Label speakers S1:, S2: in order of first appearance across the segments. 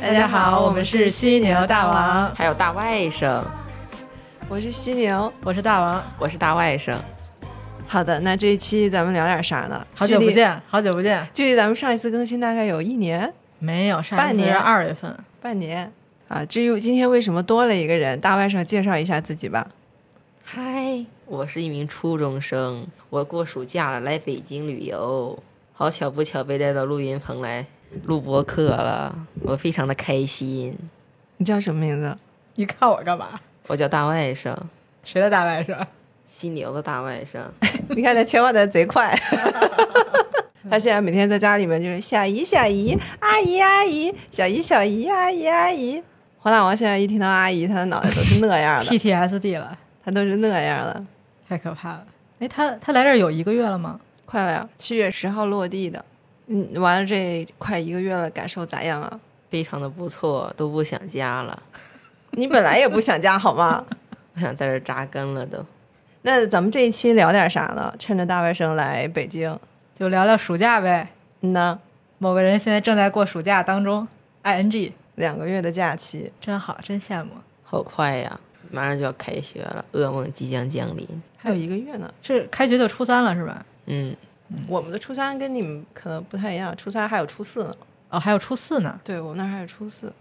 S1: 大家好，我们是犀牛大王，
S2: 还有大外甥，
S3: 我是犀牛，
S1: 我是大王。
S2: 我是大外甥。
S3: 好的，那这一期咱们聊点啥呢？
S1: 好久
S3: 距
S1: 不
S3: 离，
S1: 见，好久不见，
S3: 距离咱们上一次更新大概有一年
S1: 没有，上
S3: 半
S1: 一次是
S3: 年
S1: 二月份，
S3: 半年啊。至于今天为什么多了一个人，大外甥介绍一下自己吧。
S2: 嗨，我是一名初中生，我过暑假了，来北京旅游，好巧不巧被带到录音棚来录播客了，我非常的开心。
S3: 你叫什么名字？
S1: 你看我干嘛？
S2: 我叫大外甥，
S1: 谁的大外甥？
S2: 犀牛的大外甥，
S3: 你看他切换的贼 快。他现在每天在家里面就是小姨、小姨、阿姨、阿姨、小姨、小姨、阿姨、阿姨。黄大王现在一听到阿姨，他的脑袋都是那样的，
S1: PTSD 了，
S3: 他都是那样的。
S1: 太可怕了。哎，他他来这儿有一个月了吗？
S3: 快了呀，七月十号落地的。嗯，玩了这快一个月了，感受咋样啊？
S2: 非常的不错，都不想家了，
S3: 你本来也不想家好 吗？
S2: 不想在这儿扎根了都。
S3: 那咱们这一期聊点啥呢？趁着大外甥来北京，
S1: 就聊聊暑假呗。
S3: 嗯呢，
S1: 某个人现在正在过暑假当中，ing，
S3: 两个月的假期，
S1: 真好，真羡慕。
S2: 好快呀，马上就要开学了，噩梦即将降临。
S3: 还有一个月呢。
S1: 是开学就初三了是吧？
S2: 嗯，
S3: 我们的初三跟你们可能不太一样，初三还有初四呢。
S1: 哦，还有初四呢。
S3: 对我们那儿还有初四，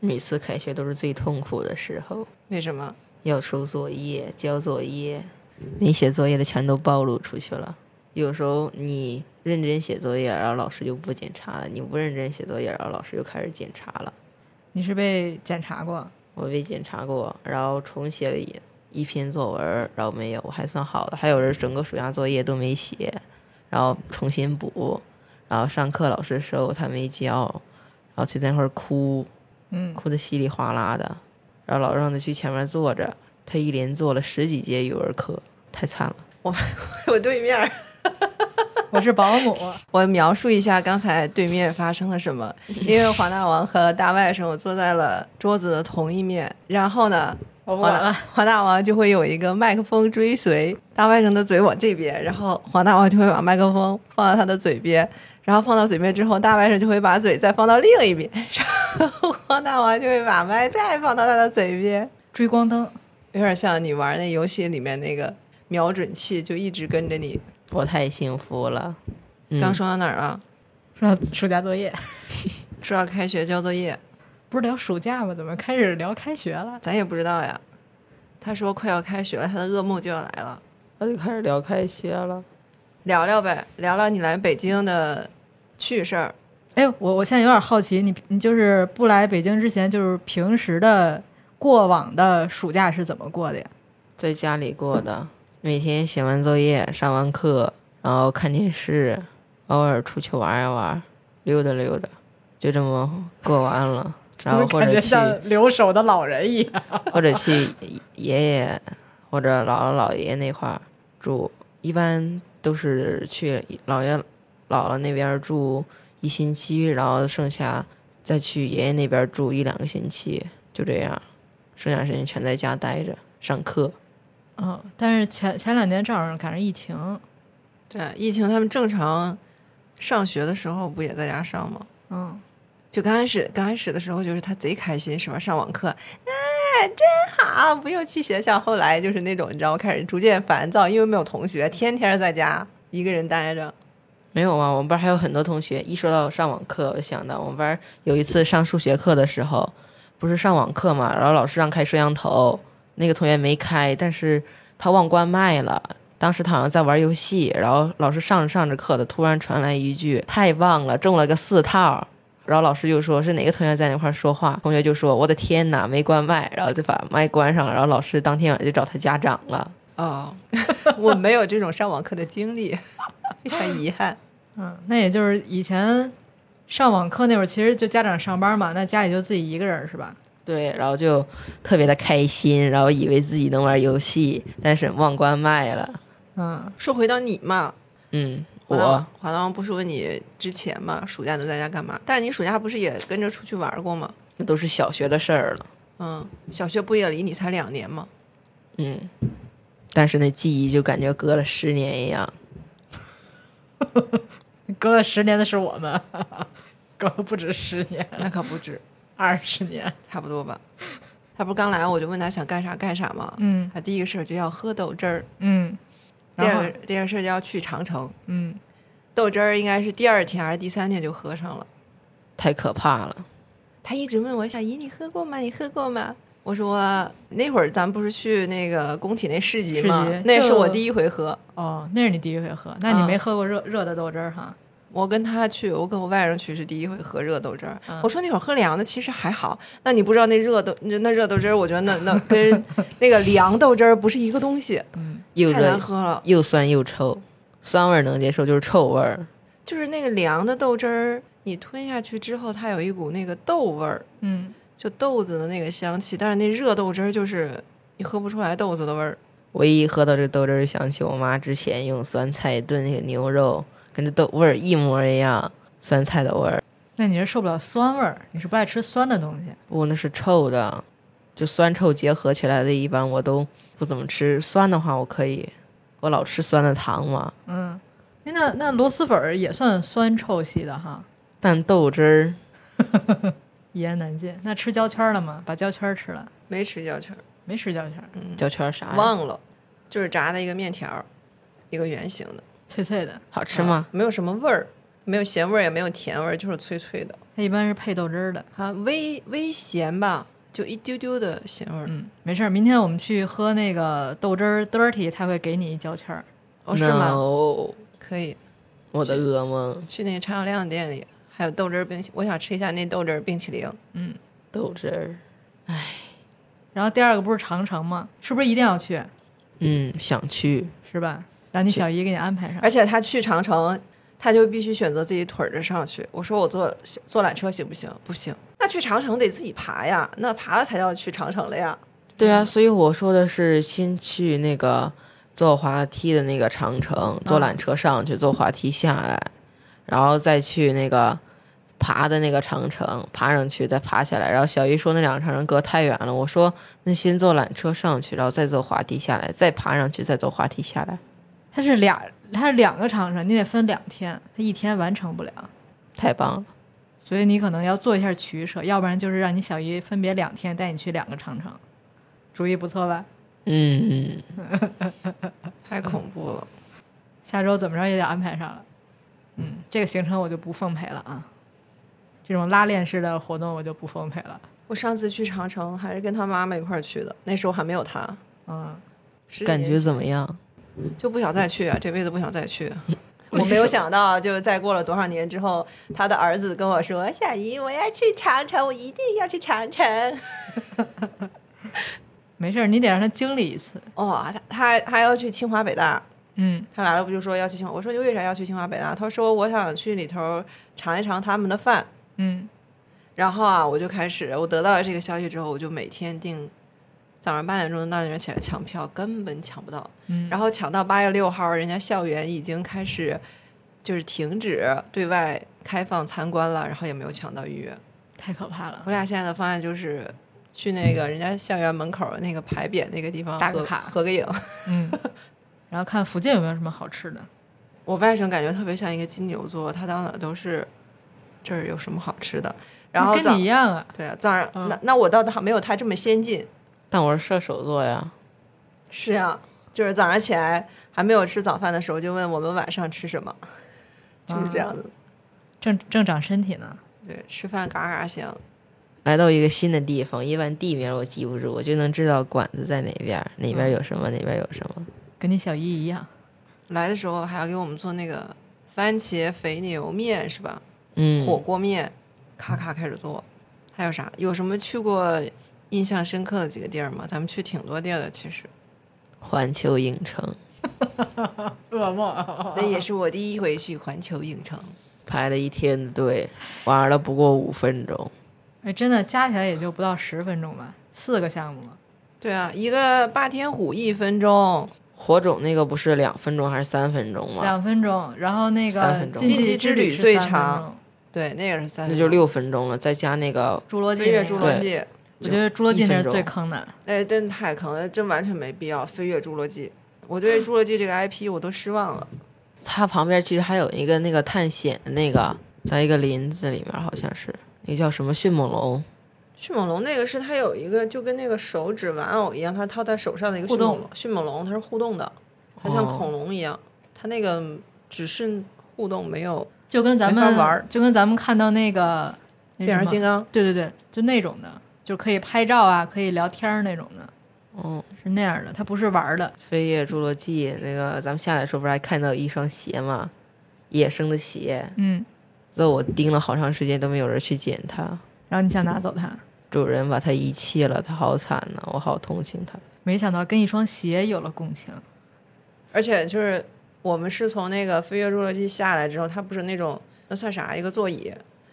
S2: 每次开学都是最痛苦的时候。
S3: 为什么？
S2: 要收作业、交作业，没写作业的全都暴露出去了。有时候你认真写作业，然后老师就不检查了；你不认真写作业，然后老师就开始检查了。
S1: 你是被检查过？
S2: 我被检查过，然后重写了一一篇作文，然后没有，我还算好的。还有人整个暑假作业都没写，然后重新补，然后上课老师收他没交，然后就在那块儿哭，
S1: 嗯，
S2: 哭得稀里哗啦的，然后老让他去前面坐着，他一连坐了十几节语文课，太惨了。
S3: 我对面儿，
S1: 我是保姆。
S3: 我描述一下刚才对面发生了什么。因为黄大王和大外甥，我坐在了桌子的同一面，然后呢，
S1: 我不
S3: 黄
S1: 管
S3: 大
S1: 了，
S3: 黄大王就会有一个麦克风追随大外甥的嘴往这边，然后黄大王就会把麦克风放到他的嘴边，然后放到嘴边之后，大外甥就会把嘴再放到另一边， 然后黄大王就会把麦再放到他的嘴边，
S1: 追光灯。
S3: 有点像你玩那游戏里面那个瞄准器，就一直跟着你。
S2: 我太幸福了。嗯、
S3: 刚说到哪儿了？
S1: 说到暑假作业，
S3: 说到开学交作业，
S1: 不是聊暑假吗？怎么开始聊开学了？
S3: 咱也不知道呀。他说快要开学了，他的噩梦就要来了。
S2: 我就开始聊开学了。
S3: 聊聊呗，聊聊你来北京的趣事儿。
S1: 哎，我我现在有点好奇，你你就是不来北京之前，就是平时的过往的暑假是怎么过的呀？
S2: 在家里过的，每天写完作业、上完课，然后看电视，偶尔出去玩一玩，溜达溜达，就这么过完了。然后或者去
S1: 留守的老人一样。
S2: 或者去爷爷或者姥姥姥爷那块儿住，一般都是去姥爷姥姥那边儿住一星期，然后剩下再去爷爷那边儿住一两个星期，就这样，剩下时间全在家待着上课。
S1: 嗯、但是前前两年正好赶上疫情，
S3: 对，疫情他们正常上学的时候不也在家上吗？
S1: 嗯，
S3: 就刚开始刚开始的时候，就是他贼开心是吧？上网课，哎，真好，不用去学校。后来就是那种你知道，开始逐渐烦躁，因为没有同学，天天在家一个人待着。
S2: 没有啊，我们班还有很多同学，一说到上网课，我就想到我们班有一次上数学课的时候，不是上网课嘛，然后老师让开摄像头，那个同学没开，但是他忘关麦了。当时他好像在玩游戏，然后老师上着上着课的，突然传来一句“太棒了，中了个四套”，然后老师就说是哪个同学在那块儿说话，同学就说“我的天哪，没关麦”，然后就把麦关上了，然后老师当天晚上就找他家长了。
S3: 哦， 我没有这种上网课的经历，非常遗憾。
S1: 嗯，那也就是以前上网课那会儿，其实就家长上班嘛，那家里就自己一个人儿是吧？
S2: 对，然后就特别的开心，然后以为自己能玩游戏，但是忘关麦了。
S1: 嗯，
S3: 说回到你嘛，
S2: 嗯，
S3: 华大王
S2: 我
S3: 华大王不是问你之前嘛，暑假都在家干嘛？但是你暑假不是也跟着出去玩过吗？
S2: 那都是小学的事儿了。
S3: 嗯，小学不也离你才两年吗？
S2: 嗯，但是那记忆就感觉隔了十年一样。
S1: 隔了十年的是我们，搞了不止十年，
S3: 那可不止，
S1: 二十年。
S3: 差不多吧。他不是刚来，我就问他想干啥干啥嘛。
S1: 嗯
S3: 他第一个事儿就要喝豆汁儿，
S1: 嗯，
S3: 第二
S1: 然后
S3: 个第二个事儿就要去长城。
S1: 嗯，
S3: 豆汁儿应该是第二天还是第三天就喝上了。
S2: 太可怕了。
S3: 他一直问我小姨你喝过吗？你喝过吗？我说那会儿咱不是去那个工体那市集吗
S1: 市集？
S3: 那是
S1: 就
S3: 我第一回喝。
S1: 哦，那是你第一回喝，那你
S3: 啊
S1: 没喝过热、热的豆汁儿哈？
S3: 我跟他去，我跟我外甥去是第一回喝热豆汁儿。
S1: 嗯
S3: 我说那会儿喝凉的其实还好，那你不知道那热豆那热豆汁儿，我觉得那那 跟那个凉豆汁儿不是一个东西，
S1: 嗯
S2: 又
S3: 太难
S2: 热
S3: 喝了。
S2: 又酸又臭，酸味儿能接受，就是臭味儿。
S3: 就是那个凉的豆汁儿，你吞下去之后，它有一股那个豆味儿，
S1: 嗯，
S3: 就豆子的那个香气。但是那热豆汁儿就是你喝不出来豆子的味儿。
S2: 唯一喝到这豆汁儿，想起我妈之前用酸菜炖那个牛肉，跟这豆味儿一模一样，酸菜的味儿。
S1: 那你是受不了酸味儿，你是不爱吃酸的东西。
S2: 不，那是臭的，就酸臭结合起来的，一般我都不怎么吃。酸的话我可以，我老吃酸的糖嘛，
S1: 嗯，哎那那螺蛳粉儿也算酸臭系的哈，
S2: 但豆汁儿
S1: 一言难尽。那吃胶圈儿了吗？把胶圈儿吃了？
S3: 没吃胶圈儿，
S1: 没吃胶圈儿，
S2: 叫圈儿啥呀
S3: 嗯啊忘了，就是炸的一个面条儿，一个圆形的，
S1: 脆脆的。嗯
S2: 好吃吗？
S3: 没有什么味儿，没有咸味儿，也没有甜味儿，就是脆脆的，
S1: 它一般是配豆汁儿的。
S3: 啊，微微咸吧，就一丢丢的咸味儿。
S1: 嗯，没事儿，明天我们去喝那个豆汁儿 dirty，他会给你一胶圈儿。
S3: 哦，是吗
S2: No，
S3: 可以
S2: 我的噩梦，
S3: 去那个常小亮的店里，还有豆汁儿冰淇，我想吃一下那豆汁儿冰淇淋。
S2: 豆汁儿，
S1: 然后第二个不是长城吗？是不是一定要去？
S2: 嗯，想去。
S1: 是吧？让你小姨给你安排上。
S3: 而且他去长城，他就必须选择自己腿儿着上去。我说我坐坐缆车行不行？不行，那去长城得自己爬呀，那爬了才叫去长城了呀。
S2: 对啊，所以我说的是先去那个坐滑梯的那个长城，坐缆车上去，坐滑梯下来，然后再去那个爬的那个长城，爬上去再爬下来。然后小姨说那两个长城隔太远了，我说那先坐缆车上去，然后再坐滑梯下来，再爬上去，再坐滑梯下来，
S1: 它是俩，它是两个长城，你得分两天，它一天完成不了，
S2: 太棒了！
S1: 所以你可能要做一下取舍，要不然就是让你小姨分别两天带你去两个长城，主意不错吧？
S2: 嗯，
S3: 太恐怖了，
S1: 下周怎么着也得安排上了。嗯，这个行程我就不奉陪了啊，这种拉练式的活动我就不奉陪了。
S3: 我上次去长城还是跟他妈妈一块儿去的，那时候还没有他，
S1: 嗯，
S3: 十几
S2: 感觉
S3: 年
S2: 怎么样？
S3: 就不想再去啊，这辈子不想再去。我没有想到，就是再过了多少年之后，他的儿子跟我说：“小姨，我要去长城，我一定要去长城。
S1: 没事儿，你得让他经历一次。”
S3: 哦，他他还他要去清华北大，
S1: 嗯，
S3: 他来了不就说要去清华？我说你为啥要去清华北大？他说我想去里头尝一尝他们的饭。
S1: 嗯，
S3: 然后啊，我就开始，我得到了这个消息之后，我就每天定早上八点钟到那儿起来抢票，根本抢不到。
S1: 嗯
S3: 然后抢到八月六号，人家校园已经开始就是停止对外开放参观了，然后也没有抢到预约。
S1: 太可怕了
S3: 我，俩现在的方案就是去那个人家校园门口那个牌匾那个地方
S1: 打个
S3: 合
S1: 卡
S3: 合个影。
S1: 嗯，然后看附近有没有什么好吃的。
S3: 我外甥感觉特别像一个金牛座，他到哪都是这儿有什么好吃的。然后
S1: 跟
S3: 早
S1: 你一样啊，
S3: 对啊，早上、
S1: 嗯
S3: 那那我倒还没有他这么先进。
S2: 但我是射手座呀，
S3: 是啊，就是早上起来还没有吃早饭的时候，就问我们晚上吃什么，就是
S1: 啊
S3: 这样子。
S1: 嗯正正长身体呢。
S3: 对，吃饭嘎嘎香。
S2: 来到一个新的地方，一般地名我记不住，我就能知道馆子在哪边儿，哪边儿有什么，哪边儿有什么。
S1: 跟你小姨一样，
S3: 来的时候还要给我们做那个番茄肥牛面是吧？
S2: 嗯，
S3: 火锅面，咔咔开始做。还有啥？有什么去过印象深刻的几个地儿吗？咱们去挺多地儿的，其实。
S2: 环球影城
S1: 噩梦。
S3: 那也是我第一回去环球影城。
S2: 排了一天的队，玩了不过五分钟。
S1: 哎，真的加起来也就不到十分钟吧，四个项目。
S3: 对啊，一个霸天虎一分钟，
S2: 火种那个不是两分钟还是三分钟吗？
S1: 两分钟，然后那
S2: 三
S1: 个
S2: 分钟
S1: 禁忌之旅是
S3: 禁忌
S1: 三分钟
S3: 之旅最长，对，那个是三
S2: 那
S3: 分
S2: 就
S3: 钟，
S2: 六分钟了，再加那个
S1: 侏罗纪
S3: 飞
S1: 那
S3: 跃
S1: 个
S3: 侏罗纪，
S1: 我觉得侏罗纪那
S2: 一
S1: 是
S2: 分钟
S1: 最坑的了。
S3: 那真太坑了，真完全没必要飞跃侏罗纪。我对侏罗纪这个 IP 我都失望了，
S2: 它旁边其实还有一个那个探险的那个在一个林子里面，好像是那个叫什么迅猛龙，
S3: 迅猛龙那个是它有一个就跟那个手指玩偶一样，它是套在手上的一个
S1: 互
S3: 迅
S1: 动
S3: 猛龙，迅猛龙它是互动的，它像
S2: 哦
S3: 恐龙一样，它那个只是互动，没有
S1: 就跟咱
S3: 没
S1: 们
S3: 法玩儿
S1: 就跟咱们看到那个那
S3: 变形
S1: 什么
S3: 金刚。
S1: 对对对，就那种的，就可以拍照啊，可以聊天儿那种的，
S2: 嗯，
S1: 是那样的，它不是玩儿的。
S2: 飞叶侏罗纪那个，咱们下来的时候不是还看到一双鞋嘛，野生的鞋，
S1: 嗯，
S2: 最后我盯了好长时间都没有人去捡它，
S1: 然后你想拿走它，
S2: 主人把它遗弃了，它好惨呐、我好同情它。
S1: 没想到跟一双鞋有了共情。
S3: 而且就是我们是从那个飞跃侏罗纪下来之后，它不是那种那算啥一个座椅，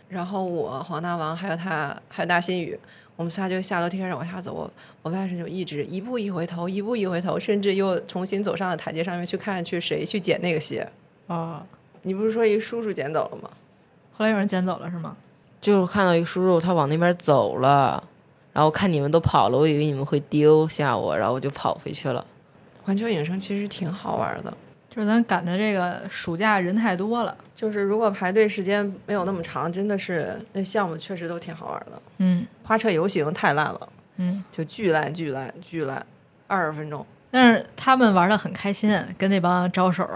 S3: 然后我黄大王还有他还有大新宇，我们仨就下楼梯开始往下走，我我外甥就一直一步一回头，一步一回头，甚至又重新走上了台阶上面去看去谁去捡那个鞋。
S1: 哦，
S3: 你不是说一叔叔捡走了吗？
S1: 后来有人捡走了是吗？
S2: 就是看到一个叔叔，他往那边走了，然后看你们都跑了，我以为你们会丢下我，然后我就跑回去了。
S3: 环球影城其实挺好玩的，
S1: 就是咱赶的这个暑假人太多了。
S3: 就是如果排队时间没有那么长，真的是那项目确实都挺好玩的。
S1: 嗯
S3: 花车游行太烂了，
S1: 嗯，
S3: 就巨烂巨烂巨烂，二十分钟。
S1: 但是他们玩的很开心，跟那帮招手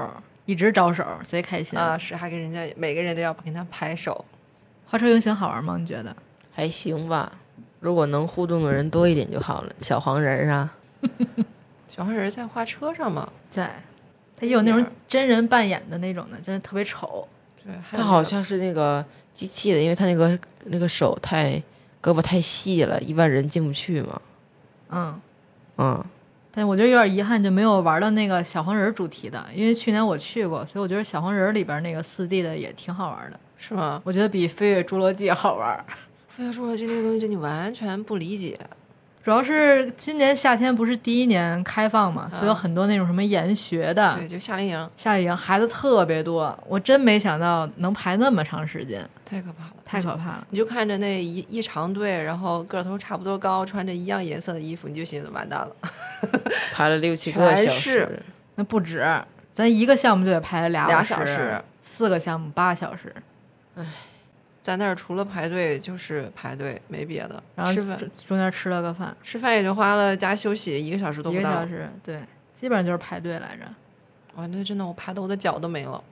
S1: 一直招手，贼开心。
S3: 啊，是还跟人家每个人都要跟他拍手。
S1: 花车游行好玩吗？你觉得？
S2: 还行吧，如果能互动的人多一点就好了。小黄人儿啊，
S3: 小黄人在花车上嘛，
S1: 在，他也有那种
S3: 点儿
S1: 真人扮演的那种的，真的特别丑。
S3: 对，还
S2: 他
S3: 有
S2: 好
S3: 那个
S2: 像是那个机器的，因为他那个那个手太胳膊太细了，一般人进不去嘛。
S1: 嗯，
S2: 嗯，
S1: 但我觉得有点遗憾，就没有玩到那个小黄人儿主题的，因为去年我去过，所以我觉得小黄人儿里边那个四 D 的也挺好玩的，
S3: 是吗？
S1: 我觉得比《飞跃侏罗纪》好玩儿。
S3: 非要说这那个东西，就你完全不理解。
S1: 主要是今年夏天不是第一年开放嘛，所以有很多那种什么研学的
S3: 嗯对，就夏令营
S1: 夏令营，孩子特别多，我真没想到能排那么长时间，
S3: 太可怕了，
S1: 太可怕了。
S3: 你就看着那一一长队，然后个头差不多高，穿着一样颜色的衣服，你就寻思完蛋了。
S2: 排了六七个小
S3: 全
S2: 时
S3: 是，
S1: 那不止，咱一个项目就得排俩
S3: 俩
S1: 小
S3: 小时
S1: 四个项目八小时，
S3: 在那儿除了排队就是排队，没别的。
S1: 然后
S3: 吃
S1: 中
S3: 饭
S1: 中间吃了个饭，
S3: 吃饭也就花了加休息一个小时都
S1: 一
S3: 不
S1: 个
S3: 到
S1: 小。时，对，基本上就是排队来着。
S3: 哇，那真的我排的我的脚都没了，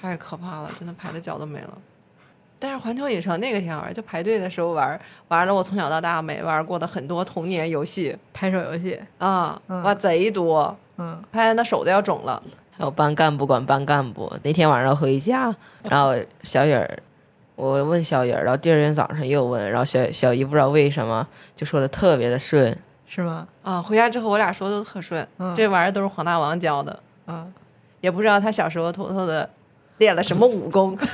S3: 太可怕了，真的排的脚都没了。但是环球影城那个挺好玩，就排队的时候玩，玩了我从小到大没玩过的很多童年游戏
S1: 拍手游戏，
S3: 啊，
S1: 嗯
S3: 哇，贼多，
S1: 嗯，
S3: 拍的那手都要肿了。
S2: 还有班干部管班干部。那天晚上回家，然后小雨儿，我问小雨儿，然后第二天早上又问，然后小小姨不知道为什么就说的特别的顺，
S1: 是吗？
S3: 啊，回家之后我俩说的都特顺，
S1: 嗯
S3: 这玩意儿都是黄大王教的，
S1: 嗯，
S3: 也不知道他小时候偷偷的练了什么武功。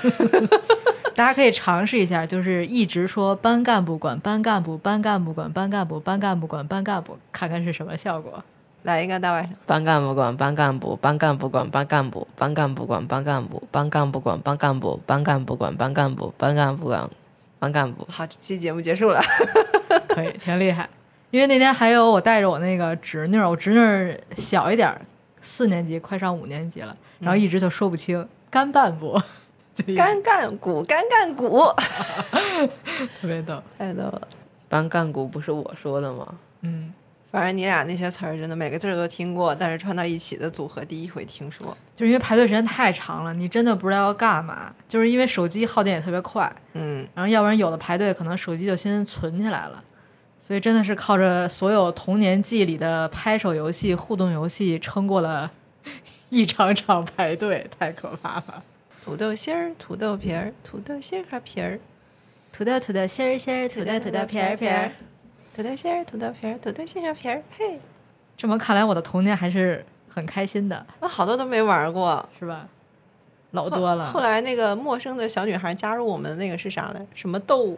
S1: 大家可以尝试一下，就是一直说班干部管班干部，班干部管班干部，班干部管班干部，看看是什么效果。
S3: 来一个大外甥，
S2: 班干部管班干部，班干部管班干部，班干部管班干部，班干部管班干部，班干部管班干部，班干部管班干部。
S3: 好，这期节目结束了。
S1: 可 以，挺厉害。因为那天还有我带着我那个侄女儿，我侄女儿小一点儿，四年级快上五年级了，然后一直就说不清，干半部，就
S3: 干干股，干干股， 哎
S1: 特别逗。
S3: 太逗了。
S2: 班干部不是我说的吗？
S1: 嗯，
S3: 反正你俩那些词儿真的每个字儿都听过，但是串到一起的组合第一回听说。
S1: 就是因为排队时间太长了，你真的不知道要干嘛。就是因为手机耗电也特别快，
S3: 嗯，
S1: 然后要不然有的排队可能手机就先存起来了，所以真的是靠着所有童年记忆里的拍手游戏、互动游戏撑过了一场场排队，太可怕了。
S3: 土豆心儿、土豆皮儿、土豆心儿还皮儿，
S1: 土豆土豆心儿心儿，土豆土豆皮儿皮儿。，
S3: 土豆心儿、土豆皮儿、土豆心儿皮儿，嘿，
S1: 这么看来，我的童年还是很开心的，
S3: 那好多都没玩过，
S1: 是吧？老
S3: 后
S1: 多了。
S3: 后来那个陌生的小女孩加入我们的那个是啥来？什么斗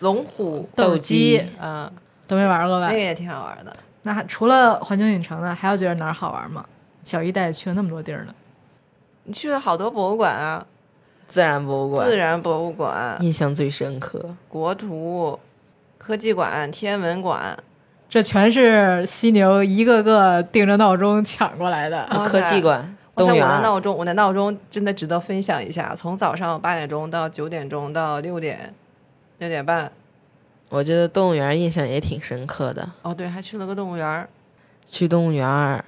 S3: 龙虎
S1: 斗鸡
S2: 斗
S3: 啊，
S1: 都没玩过吧
S3: 那？个也挺好玩的。
S1: 那还除了环球影城呢，还有觉得哪儿好玩吗？小一带去了那么多地儿呢，
S3: 你去了好多博物馆啊，
S2: 自然博物馆
S3: 自然博物馆、
S2: 印象最深刻。
S3: 国图、科技馆、天文馆。
S1: 这全是犀牛一个个定着闹钟抢过来的。
S3: OK
S2: 科技馆
S3: 哇塞，
S2: 动物
S3: 哦我
S2: 园啊
S3: 的
S2: 儿
S3: 闹钟，我的闹钟真的值得分享一下，从早上八点钟到九点钟到六点六点半。
S2: 我觉得动物园印象也挺深刻的。
S3: 哦，对，还去了个动物园儿。
S2: 去动物园儿，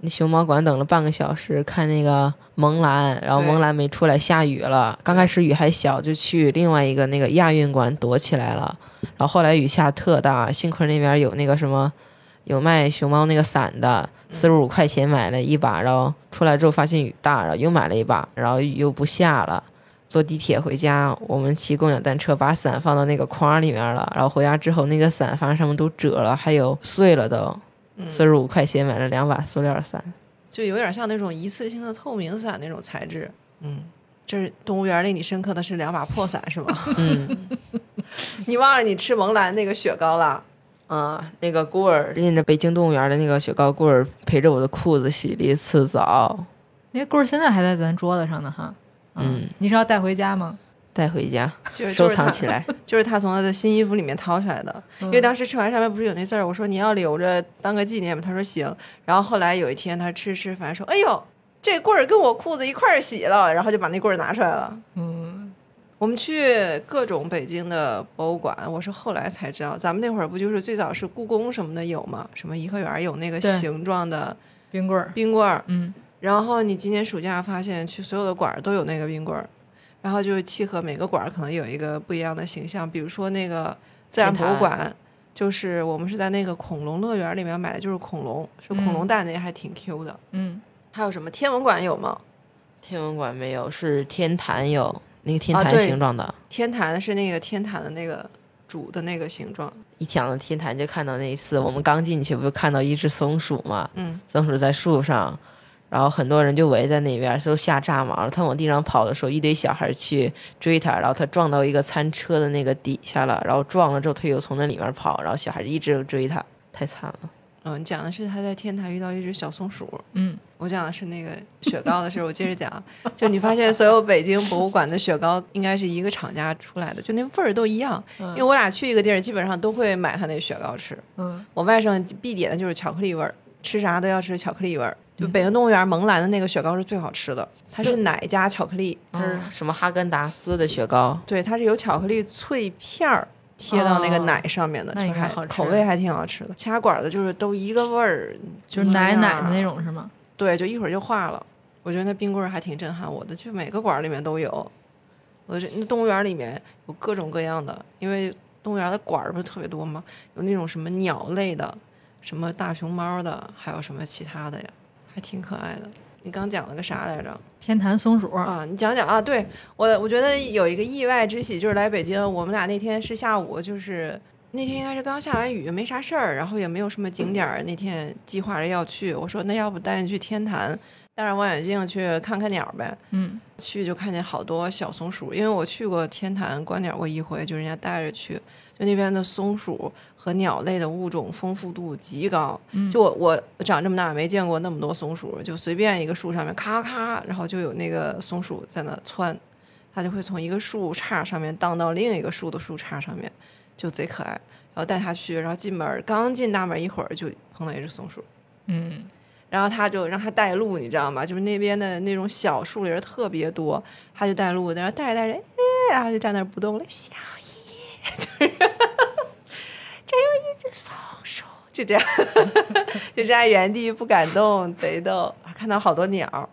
S2: 那熊猫馆等了半个小时，看那个萌兰，然后
S3: 对
S2: 萌兰没出来，下雨了。刚开始雨还小，就去另外一个那个亚运馆躲起来了。然后后来雨下特大，幸亏那边有那个什么，有卖熊猫那个伞的，四十五块钱买了一把，然后出来之后发现雨大，然后又买了一把，然后雨又不下了。坐地铁回家，我们骑共享单车把伞放到那个筐里面了，然后回家之后那个伞反正上面都褶了，还有碎了都。四十五块钱买了两把塑料伞，
S3: 就有点像那种一次性的透明伞那种材质。嗯，这是动物园令你深刻的是两把破伞是吗？
S2: 嗯
S3: 你忘了你吃萌兰那个雪糕了？
S2: 啊，那个棍儿拎着北京动物园的那个雪糕棍儿，陪着我的裤子洗了一次澡，
S1: 那棍儿现在还在咱桌子上呢哈。啊
S2: 嗯，
S1: 你是要带回家吗？
S2: 带回家
S3: 就是
S2: 收藏起，来
S3: 就。是他就是他从他的新衣服里面掏出来的。因为
S1: 嗯
S3: 当时吃完上面不是有那字儿，我说你要留着当个纪念吗？他说行。然后后来有一天他吃吃，反正说哎呦，这棍儿跟我裤子一块儿洗了，然后就把那棍儿拿出来了。
S1: 嗯，
S3: 我们去各种北京的博物馆，我是后来才知道，咱们那会儿不就是最早是故宫什么的有吗？什么颐和园有那个
S1: 对
S3: 形状的
S1: 冰棍儿。
S3: 冰棍儿，
S1: 嗯，
S3: 然后你今年暑假发现去所有的馆儿都有那个冰棍儿，然后就是契合每个馆儿可能有一个不一样的形象，比如说那个自然博物馆，就是我们是在那个恐龙乐园里面买的，就是恐龙，是恐龙蛋那个还挺 Q 的。
S1: 嗯，
S3: 嗯还有什么天文馆有吗？
S2: 天文馆没有，是天坛有那个天
S3: 啊
S2: 坛
S3: 对
S2: 形状的，
S3: 天坛是那个天坛的那个主的那个形状，
S2: 一讲到天坛就看到那一次，我们刚进去不是看到一只松鼠吗？
S3: 嗯，
S2: 松鼠在树上，然后很多人就围在那边，都吓炸毛了。它往地上跑的时候，一堆小孩去追它，然后它撞到一个餐车的那个底下了，然后撞了之后，它又从那里面跑，然后小孩一直追它，太惨了。
S3: 嗯、你讲的是他在天坛遇到一只小松鼠。
S1: 嗯，
S3: 我讲的是那个雪糕的事儿，我接着讲。就你发现所有北京博物馆的雪糕应该是一个厂家出来的，就那味儿都一样。因为我俩去一个地儿，基本上都会买他那雪糕吃。
S1: 嗯，
S3: 我外甥必点的就是巧克力味儿，吃啥都要吃巧克力味儿。就北京动物园萌兰的那个雪糕是最好吃的，它是奶加巧克力，
S2: 它
S1: 哦
S2: 是什么哈根达斯的雪糕？
S3: 对，它是有巧克力脆片儿贴到那个
S1: 哦
S3: 奶上面的，
S1: 那
S3: 就
S1: 应该
S3: 还
S1: 好吃
S3: 口味还挺好吃的。其他馆儿的就是都一个味儿，嗯
S1: 就是奶奶的
S3: 种。
S1: 那种是吗？
S3: 对，就一会儿就化了。我觉得那冰棍儿还挺震撼我的，就每个馆儿里面都有。我这那动物园儿里面有各种各样的，因为动物园儿的馆儿不是特别多吗？有那种什么鸟类的，什么大熊猫的，还有什么其他的呀，还挺可爱的。你刚讲了个啥来着？
S1: 天坛松鼠，
S3: 啊，你讲讲啊。对我，我觉得有一个意外之喜，就是来北京，我们俩那天是下午，就是那天应该是刚下完雨，没啥事儿，然后也没有什么景点儿，那天计划着要去。我说那要不带你去天坛，戴上望远镜去看看鸟呗。
S1: 嗯
S3: 去就看见好多小松鼠，因为我去过天坛观鸟过一回，就人家带着去，就那边的松鼠和鸟类的物种丰富度极高。就我我长这么大没见过那么多松鼠，就随便一个树上面咔咔，然后就有那个松鼠在那窜，它就会从一个树杈上面荡到另一个树的树杈上面，就贼可爱。然后带它去，然后进门刚进大门一会儿就碰到一只松鼠。
S1: 嗯，
S3: 然后他就让他带路，你知道吗？就是那边的那种小树林儿特别多，他就带路，然后带着带着，哎，他就站那儿不动了，小姨， 就是这有一只松鼠， 就这样，就站在原地不敢动，贼逗。看到好多鸟儿，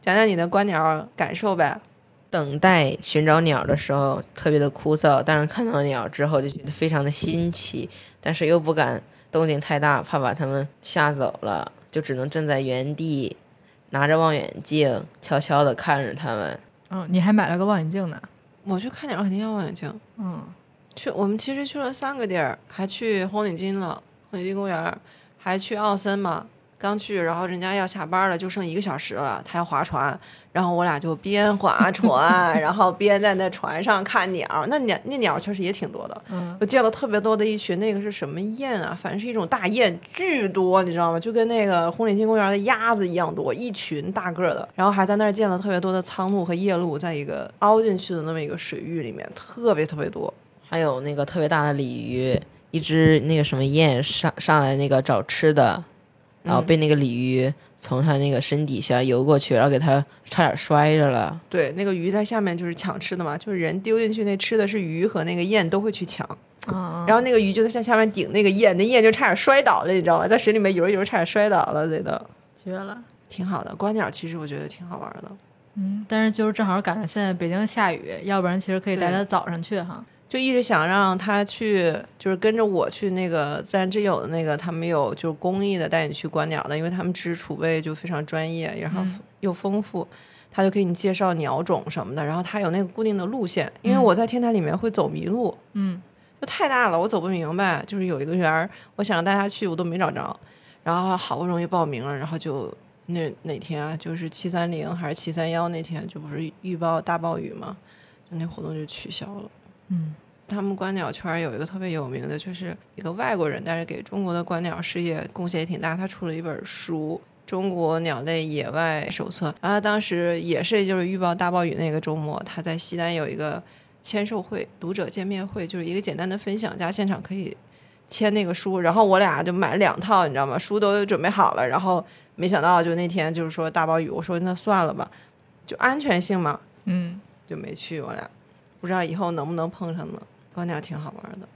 S3: 讲讲你的观鸟儿感受呗。
S2: 等待寻找鸟的时候特别的枯燥，但是看到鸟之后就觉得非常的新奇，但是又不敢动静太大，怕把它们吓走了，就只能站在原地，拿着望远镜悄悄地看着它们。
S1: 嗯，你还买了个望远镜呢。
S3: 我去看鸟儿肯定要望远镜，
S1: 嗯，
S3: 去我们其实去了三个地儿，还去红领巾了，红领巾公园儿，还去奥森嘛。刚去，然后人家要下班了，就剩一个小时了，他要划船，然后我俩就边划船，然后边在那船上看鸟。那鸟那鸟确实也挺多的，
S1: 嗯
S3: 我见了特别多的一群，那个是什么雁啊？反正是一种大雁，巨多，你知道吗？就跟那个红领巾公园的鸭子一样多，一群大个儿的。然后还在那儿见了特别多的苍鹭和夜鹭，在一个凹进去的那么一个水域里面，特别特别多。
S2: 还有那个特别大的鲤鱼，一只那个什么雁上上来那个找吃的，然后被那个鲤鱼从他那个身底下游过去，然后给他差点摔着了。
S3: 对，那个鱼在下面就是抢吃的嘛，就是人丢进去那吃的是鱼和那个雁都会去抢，
S1: 啊，
S3: 然后那个鱼就在下下面顶那个雁，那雁就差点摔倒了，你知道吗？在水里面游着游着差点摔倒了，觉得
S1: 绝了。
S3: 挺好的。观鸟其实我觉得挺好玩的，
S1: 嗯，但是就是正好赶上现在北京下雨，要不然其实可以
S3: 对
S1: 带他早上去哈。
S3: 就一直想让他去，就是跟着我去那个自然之友的那个，他们有就是公益的带你去观鸟的，因为他们知识储备就非常专业，然后
S1: 嗯
S3: 又丰富，他就给你介绍鸟种什么的，然后他有那个固定的路线，因为我在天台里面会走迷路，
S1: 嗯，
S3: 就太大了，我走不明白。就是有一个园儿，我想带他去，我都没找着，然后好不容易报名了，然后就那哪天啊，就是七三零还是七三幺那天，就不是预报大暴雨嘛，就那活动就取消了。
S1: 嗯，
S3: 他们观鸟圈儿有一个特别有名的，就是一个外国人，但是给中国的观鸟事业贡献也挺大。他出了一本书《中国鸟类野外手册》，然后他当时也是就是预报大暴雨那个周末，他在西单有一个签售会、读者见面会，就是一个简单的分享加现场可以签那个书。然后我俩就买了两套，你知道吗？书都准备好了，然后没想到就那天就是说大暴雨，我说那算了吧，就安全性嘛，
S1: 嗯，
S3: 就没去，我俩不知道以后能不能碰上呢。观鸟挺好玩的，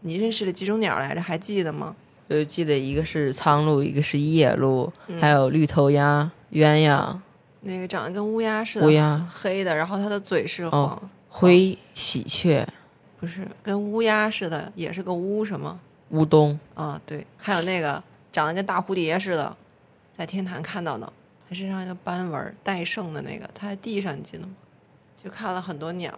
S3: 你认识的几种鸟来着？还记得吗？
S2: 我就记得一个是苍鹭，一个是野鹭，还有绿头鸭、鸳鸯、
S3: 那个长得跟乌鸦似的，
S2: 乌鸦
S3: 黑的，然后它的嘴是黄，
S2: 哦灰喜鹊、
S3: 不是跟乌鸦似的，也是个乌什么
S2: 乌冬。
S3: 啊？对，还有那个长得跟大蝴蝶似的，在天坛看到的，它身上一个斑纹儿，戴胜的那个，它在地上，你记得吗？就看了很多鸟，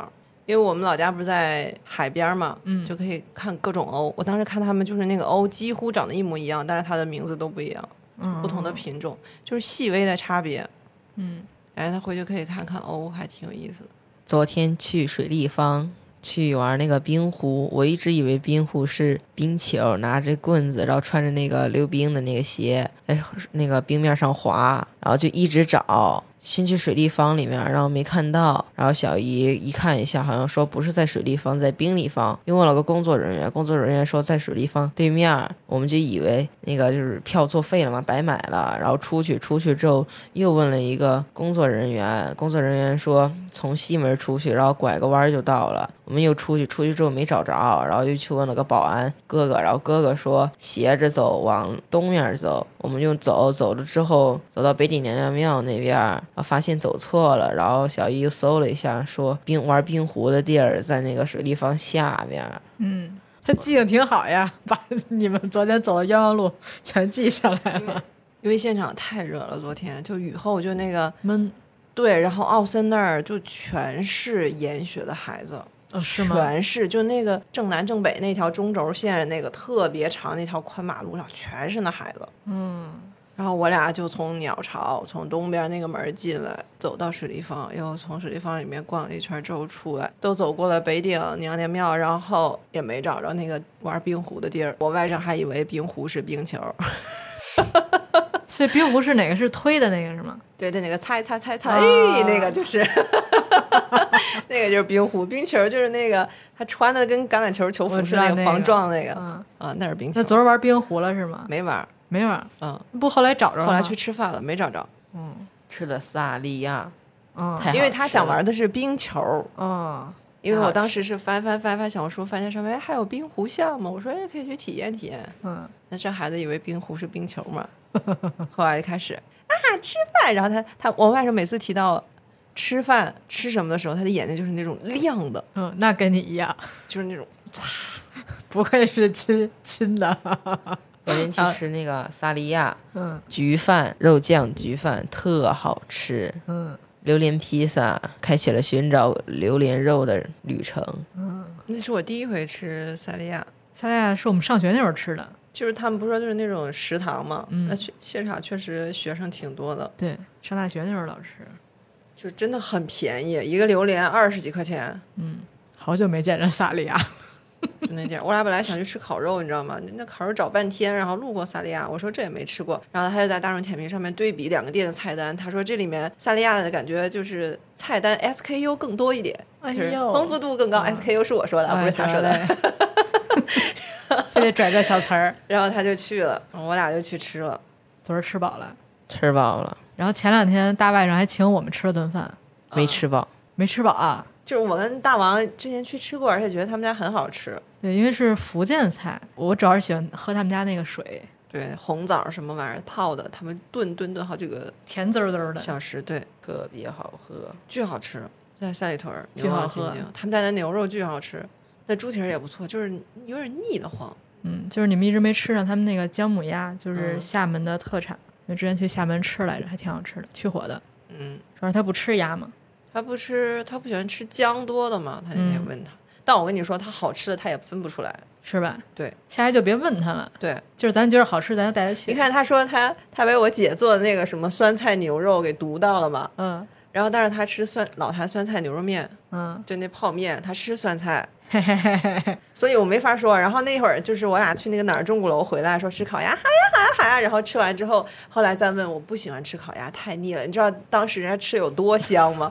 S3: 因为我们老家不是在海边儿嘛，
S1: 嗯
S3: 就可以看各种鸥。我当时看它们就是那个鸥几乎长得一模一样，但是它的名字都不一样，
S1: 嗯
S3: 不同的，品种，就是细微的差别。
S1: 嗯
S3: 哎，他回去可以看看鸥，还挺有意思的。
S2: 昨天去水立方去玩那个冰壶，我一直以为冰壶是冰球，拿着棍子，然后穿着那个溜冰的那个鞋，在那个冰面上滑，然后就一直找。先去水立方里面，然后没看到，然后小姨一看一下，好像说不是在水立方，在冰立方。因为我老个工作人员，工作人员说在水立方对面儿，我们就以为那个就是票作废了嘛，白买了。然后出去，出去之后又问了一个工作人员，工作人员说从西门出去，然后拐个弯儿就到了。我们又出去，出去之后没找着，然后又去问了个保安哥哥，然后哥哥说斜着走，往东面走。我们就走，走了之后走到北顶娘娘庙那边，然后发现走错了，然后小姨又搜了一下，说冰玩冰壶的地儿在那个水立方下边。
S1: 嗯，他记性挺好呀，把你们昨天走的冤枉路全记下来了。
S3: 因为现场太热了，昨天就雨后就那个
S1: 闷，
S3: 对，然后奥森那儿就全是研学的孩子，
S1: 哦是吗
S3: 全是就那个正南正北那条中轴线那个特别长那条宽马路上全是那孩子。
S1: 嗯，
S3: 然后我俩就从鸟巢从东边那个门儿进来，走到水立方，又从水立方里面逛了一圈之后出来，都走过了北顶娘娘庙，然后也没找着那个玩冰壶的地儿。我外甥还以为冰壶是冰球，
S1: 所以冰壶是哪个是推的那个是吗？
S3: 对对，那个擦一擦擦一擦，
S1: 啊
S3: 哎，那个就是， 那个就是冰壶，冰球就是那个他穿的跟橄榄球球
S1: 我
S3: 服
S1: 知
S3: 是
S1: 道
S3: 那
S1: 那
S3: 个防
S1: 个
S3: 撞那个
S1: 嗯，
S3: 啊，那是冰球
S1: 那。昨儿玩冰壶了是吗？
S3: 没玩儿，
S1: 没玩，
S3: 嗯，
S1: 不后来找着了吗
S3: 后来去，吃饭了，没找着，
S1: 嗯
S2: 吃的萨莉亚，
S1: 嗯
S2: 哎太好
S3: 因为他
S2: 吃
S3: 想
S2: 了
S3: 玩的是冰球，
S1: 嗯
S3: 因为
S2: 太好
S3: 我当时是翻翻翻翻小红书，发现上面哎还有冰壶项目，我说哎可以去体验体验。
S1: 嗯，
S3: 那这孩子以为冰壶是冰球嘛，后来就开始啊吃饭，然后他他我外甥每次提到吃饭吃什么的时候，他的眼睛就是那种亮的，
S1: 嗯，那跟你一样，
S3: 就是那种
S1: 不愧是亲亲的，
S2: 昨天去吃那个萨莉亚
S1: 嗯
S2: 焗饭，肉酱焗饭特好吃。
S1: 嗯
S2: 榴莲披萨开启了寻找榴莲肉的旅程。
S1: 嗯，
S3: 那是我第一回吃萨莉亚，
S1: 萨莉亚是我们上学那会儿吃的，
S3: 就是他们不是说就是那种食堂嘛，
S1: 嗯
S3: 那去现场确实学生挺多的，
S1: 对，上大学那会儿老吃，
S3: 就真的很便宜，一个榴莲二十几块钱，
S1: 好久没见着萨莉亚，
S3: 就那地儿。我俩本来想去吃烤肉，你知道吗？那烤肉找半天，然后路过萨莉亚，我说这也没吃过，然后他就在大众点评上面对比两个店的菜单，他说这里面萨莉亚的感觉就是菜单 SKU 更多一点，
S1: 哎
S3: 就是
S1: 呦嗯哎
S3: 丰富度更高。SKU 是我说的，不是他说 的。
S1: 哎，对 非得拽这小词儿，
S3: 然后他就去了，我俩就去吃了。
S1: 昨儿吃饱了。
S2: 吃饱了
S1: 然后前两天大外甥还请我们吃了顿饭，
S2: 没吃饱？
S1: 没吃饱啊？
S3: 就是我跟大王之前去吃过，而且觉得他们家很好吃。
S1: 对，因为是福建菜，我主要是喜欢喝他们家那个水，
S3: 对，红枣什么玩意儿泡的，他们炖炖炖好几个
S1: 甜滋滋儿的。
S3: 小时，对，
S2: 特别好喝，
S3: 巨好吃，在下里屯儿
S1: 巨
S3: 牛
S1: 好
S3: 肉清
S1: 喝
S3: 净他们家的牛肉巨好吃，那猪蹄儿也不错，就是有点腻得慌。
S1: 嗯，就是你们一直没吃上他们那个姜母鸭，就是
S3: 嗯
S1: 厦门的特产。因为之前去厦门吃来着，还挺好吃的，去火的。
S3: 嗯，
S1: 主要是他不吃鸭嘛，
S3: 他不吃，他不喜欢吃姜多的嘛，他那天
S1: 嗯
S3: 问他，但我跟你说，他好吃的他也分不出来。
S1: 是吧？
S3: 对，
S1: 下回就别问他了，
S3: 对，
S1: 就是咱觉得好吃，咱就带他去。
S3: 你，看他说他他被我姐做的那个什么酸菜牛肉给毒到了嘛，
S1: 嗯
S3: 然后但是他吃酸老坛酸菜牛肉面，
S1: 嗯，
S3: 就那泡面，他吃酸菜，
S1: 嘿嘿嘿嘿嘿，
S3: 所以我没法说。然后那会儿就是我俩去那个哪儿钟鼓楼回来，说吃烤鸭，好呀好呀好呀。然后吃完之后，后来再问我不喜欢吃烤鸭，太腻了。你知道当时人家吃有多香吗？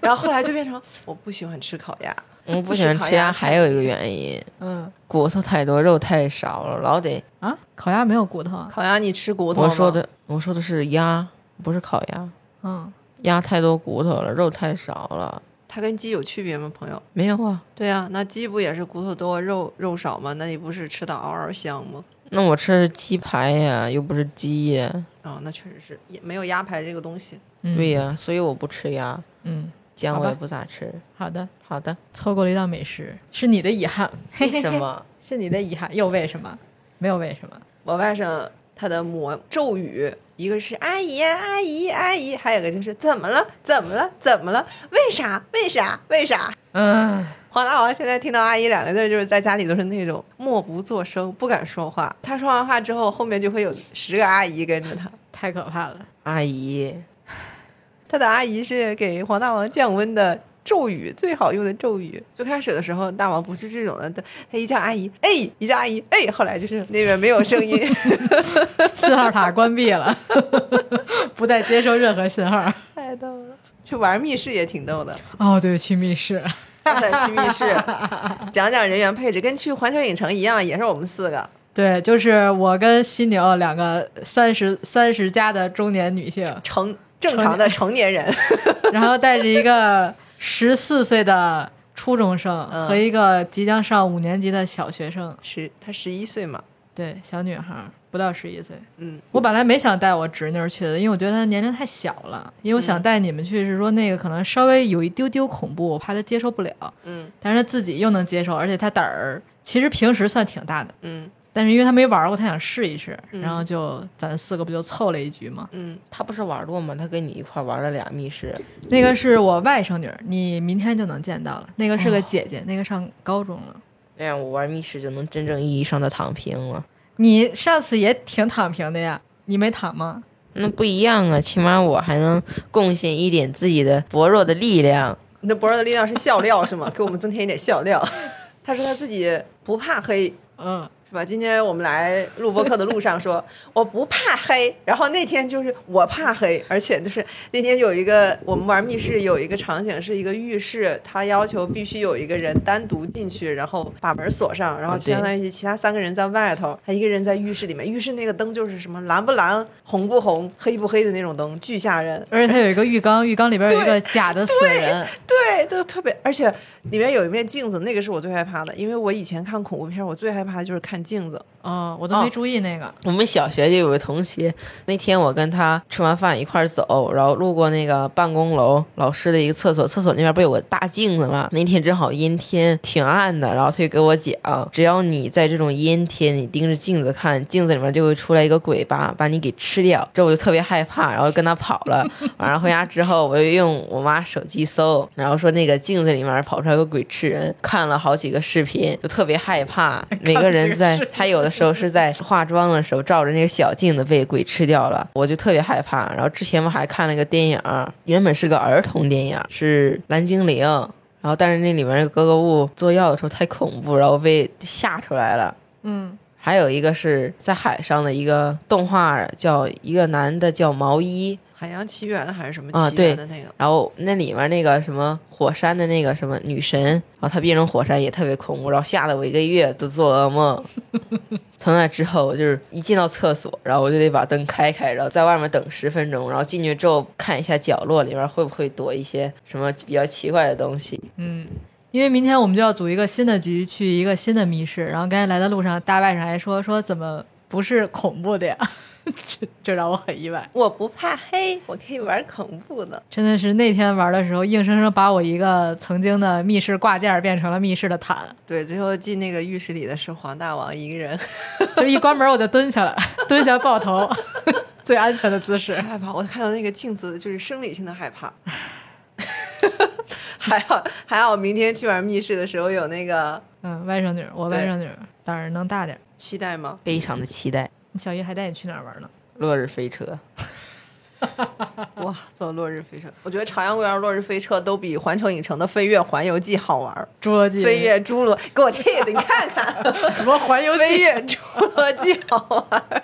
S3: 然后后来就变成我不喜欢吃烤鸭，
S2: 我
S3: 不
S2: 不
S3: 吃
S2: 喜欢
S3: 烤
S2: 吃
S3: 鸭
S2: 鸭，还有一个原因，
S1: 嗯
S2: 骨头太多，肉太少了，老得。
S1: 啊，烤鸭没有骨头啊，
S3: 烤鸭你吃骨头吗
S2: 我说的，我说的是鸭，不是烤鸭，
S1: 嗯，
S2: 鸭太多骨头了，肉太少了。
S3: 它跟鸡有区别吗，朋友？
S2: 没有啊，
S3: 对啊，那鸡不也是骨头多肉肉少吗？那你不是吃的嗷嗷香吗？
S2: 那我吃的是鸡排呀，又不是鸡呀，
S3: 哦，那确实是也没有鸭排这个东西。
S1: 嗯
S2: 对，呀，所以我不吃鸭，
S1: 嗯，
S2: 姜
S1: 好
S2: 我
S1: 吧
S2: 也不咋吃。
S1: 好的，
S2: 好的，
S1: 错过了一道美食，是你的遗憾，嘿
S2: 为
S1: 嘿
S2: 什
S1: 嘿，
S2: 么？
S1: 是你的遗憾，又为什么？没有为什么，
S3: 我外甥他的魔咒语，一个是阿姨阿姨阿姨，还有一个就是怎么了怎么了怎么了？为啥为啥为啥？
S1: 嗯，
S3: 黄大王现在听到“阿姨”两个字儿，就是在家里都是那种默不作声，不敢说话。他说完话之后，后面就会有十个阿姨跟着他。
S1: 太可怕了，
S2: 阿姨，
S3: 他的阿姨是给黄大王降温的咒语，最好用的咒语。最开始的时候，大王不是这种的，他一叫阿姨，哎，一叫阿姨，哎，后来就是那边没有声音。
S1: 信号塔关闭了， 不再接收任何信号。
S3: 太逗了！去玩密室也挺逗的，
S1: 哦，对，去密室，
S3: 我得去密室讲讲人员配置，跟去环球影城一样，也是我们四个。
S1: 对，就是我跟犀牛两个三十三十加的中年女性，
S3: 成正常的成年人，
S1: 然后带着一个十四岁的初中生
S3: 嗯
S1: 和一个即将上五年级的小学生，
S3: 十他十一岁嘛，
S1: 对，小女孩儿不到十一岁。
S3: 嗯，
S1: 我本来没想带我侄女儿去的，因为我觉得她年龄太小了。因为我想带你们去，是说那个可能稍微有一丢丢恐怖，我怕她接受不了。
S3: 嗯，
S1: 但是她自己又能接受，而且她胆儿其实平时算挺大的，
S3: 嗯
S1: 但是因为她没玩过，她想试一试，
S3: 嗯
S1: 然后就咱四个不就凑了一局嘛。
S3: 嗯，
S2: 他不是玩过吗？他跟你一块玩了俩密室，
S1: 那个是我外甥女儿，你明天就能见到了。那个是个姐姐，那个上高中了。
S2: 那样哎我玩密室就能真正意义上的躺平了。
S1: 你上次也挺躺平的呀，你没躺吗？
S2: 那不一样啊，起码我还能贡献一点自己的薄弱的力量。
S3: 你的薄弱的力量是笑料是吗？给我们增添一点笑料。 他说他自己不怕黑。
S1: 嗯，
S3: 是吧？今天我们来录播课的路上说，我不怕黑。然后那天就是我怕黑，而且就是那天有一个我们玩密室有一个场景是一个浴室，他要求必须有一个人单独进去，然后把门锁上，然后
S2: 啊
S3: 就相当于其他三个人在外头，他一个人在浴室里面。浴室那个灯就是什么蓝不蓝、红不红、黑不黑的那种灯，巨吓人。
S1: 而且它有一个浴缸，浴缸里边有一个假的死人。
S3: 对，都特别，而且里面有一面镜子，那个是我最害怕的，因为我以前看恐怖片，我最害怕的就是看镜子。
S1: 哦，我都没注意那个。
S2: 我们小学就有个同学，那天我跟他吃完饭一块儿走，然后路过那个办公楼老师的一个厕所，厕所那边不有个大镜子吗？那天正好阴天，挺暗的，然后他就给我讲，只要你在这种阴天，你盯着镜子看，镜子里面就会出来一个鬼吧，把你给吃掉。这我就特别害怕，然后跟他跑了。 晚上回家之后，我就用我妈手机搜，然后说那个镜子里面跑出来个鬼吃人，看了好几个视频，就特别害怕。每个人在，还有的时候是在化妆的时候照着那个小镜子被鬼吃掉了，我就特别害怕。然后之前我还看了个电影，原本是个儿童电影，是蓝精灵，然后但是那里面格格巫做药的时候太恐怖，然后被吓出来了。
S1: 嗯，
S2: 还有一个是在海上的一个动画，叫一个男的叫毛衣，
S3: 海洋奇缘》还是什么
S2: 啊
S3: 奇
S2: 对
S3: 缘的那个，
S2: 然后那里面那个什么火山的那个什么女神，然后她变成火山也特别恐怖，然后吓得我一个月都做噩梦。 从那之后，我就是一进到厕所，然后我就得把灯开开，然后在外面等十分钟，然后进去之后看一下角落里面会不会躲一些什么比较奇怪的东西。
S1: 因为明天我们就要组一个新的局，去一个新的密室。然后刚才来的路上，大外甥还说说怎么不是恐怖的呀， 这这让我很意外。
S3: 我不怕黑，我可以玩恐怖的。
S1: 真的是那天玩的时候，硬生生把我一个曾经的密室挂件儿变成了密室的毯，
S3: 对，最后进那个浴室里的是黄大王一个 人，
S1: 就是一关门我就蹲下了， 蹲下抱头， 最安全的姿势。
S3: 害怕。我看到那个镜子，就是生理性的害怕。 还好还好，明天去玩密室的时候有那个
S1: 嗯，外甥女儿，我
S3: 对
S1: 外甥女儿胆儿能大点儿。
S3: 期待 吗？
S2: 非常的期待
S1: 你小姨还带你去哪儿玩呢？
S2: 落日飞车。
S3: 哇，坐落日飞车，我觉得朝阳公园落日飞车都比环球影城的飞跃环游记好玩儿。
S1: 侏罗纪
S3: 飞 跃侏罗，给我气的，你看 看，
S1: 什么环游
S3: 飞
S1: 记？
S3: 跃侏罗纪好玩 儿，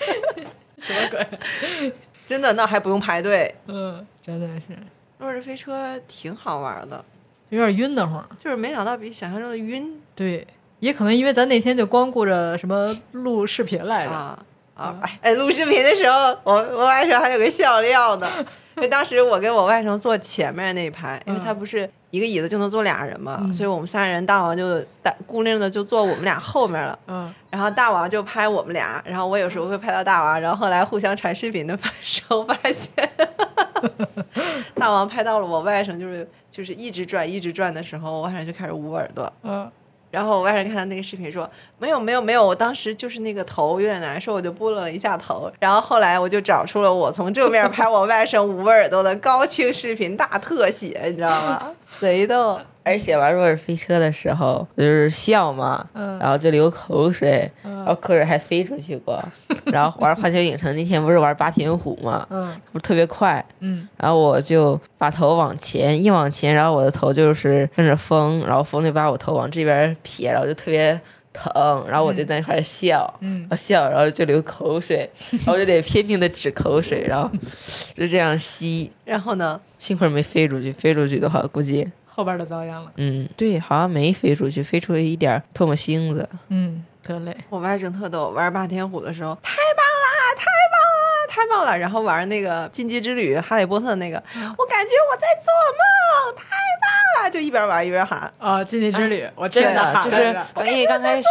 S1: 什么鬼？
S3: 真的，那还不用排队。
S1: 嗯，真的是
S3: 落日飞车挺好玩儿的，
S1: 有点晕得慌。
S3: 就是没想到比想象中的晕
S1: 对，也可能因为咱那天就光顾着什么录视频来着，
S3: 啊啊！哎哎，录视频的时候，我我外甥还有个笑料呢，因为当时我跟我外甥坐前面那一排，因为他不是一个椅子就能坐俩人嘛，所以我们仨人大王就大孤零零的就坐我们俩后面了。
S1: 嗯，
S3: 然后大王就拍我们俩，然后我有时候会拍到大王，然后后来互相传视频的时候发 现，大王拍到了我外甥，就是就是一直转一直转的时候，我外甥就开始捂耳朵，
S1: 嗯，
S3: 然后我外甥看到那个视频说没有没有没有，我当时就是那个头有点难受，我就拨了一下头。然后后来我就找出了我从正面拍我外甥捂耳朵的高清视频大特写，你知道吗？贼逗！
S2: 而且玩哎落日飞车的时候，我就是笑嘛，
S1: 嗯
S2: 然后就流口水，然后口水还飞出去过。然后玩环球影城那天不是玩八田虎嘛，
S1: 嗯
S2: 不是特别快，
S1: 嗯，
S2: 然后我就把头往前一往前，然后我的头就是跟着风，然后风就把我头往这边撇，然后就特别疼，然后我就在那块儿笑，
S1: 嗯
S2: 然后笑，然后就流口水，然后我就得拼命的止口水，然后就这样吸，
S3: 然后呢，
S2: 幸亏没飞出去，飞出去的话估计。
S1: 后边儿的遭殃了，
S2: 嗯，对，好像没飞出去，飞出去一点儿唾沫星子。
S1: 嗯，得嘞，
S3: 我外甥特逗，玩霸天虎的时候太棒啦，太棒啦，太棒了！然后玩那个《进击之旅》《哈利波特》那个，我感觉我在做梦，太棒了！就一边玩一边喊。
S1: 啊，禁忌之旅，我
S2: 真
S1: 真的
S2: 的，
S1: 喊
S2: 啊就是
S1: 来着
S2: 因为刚开始，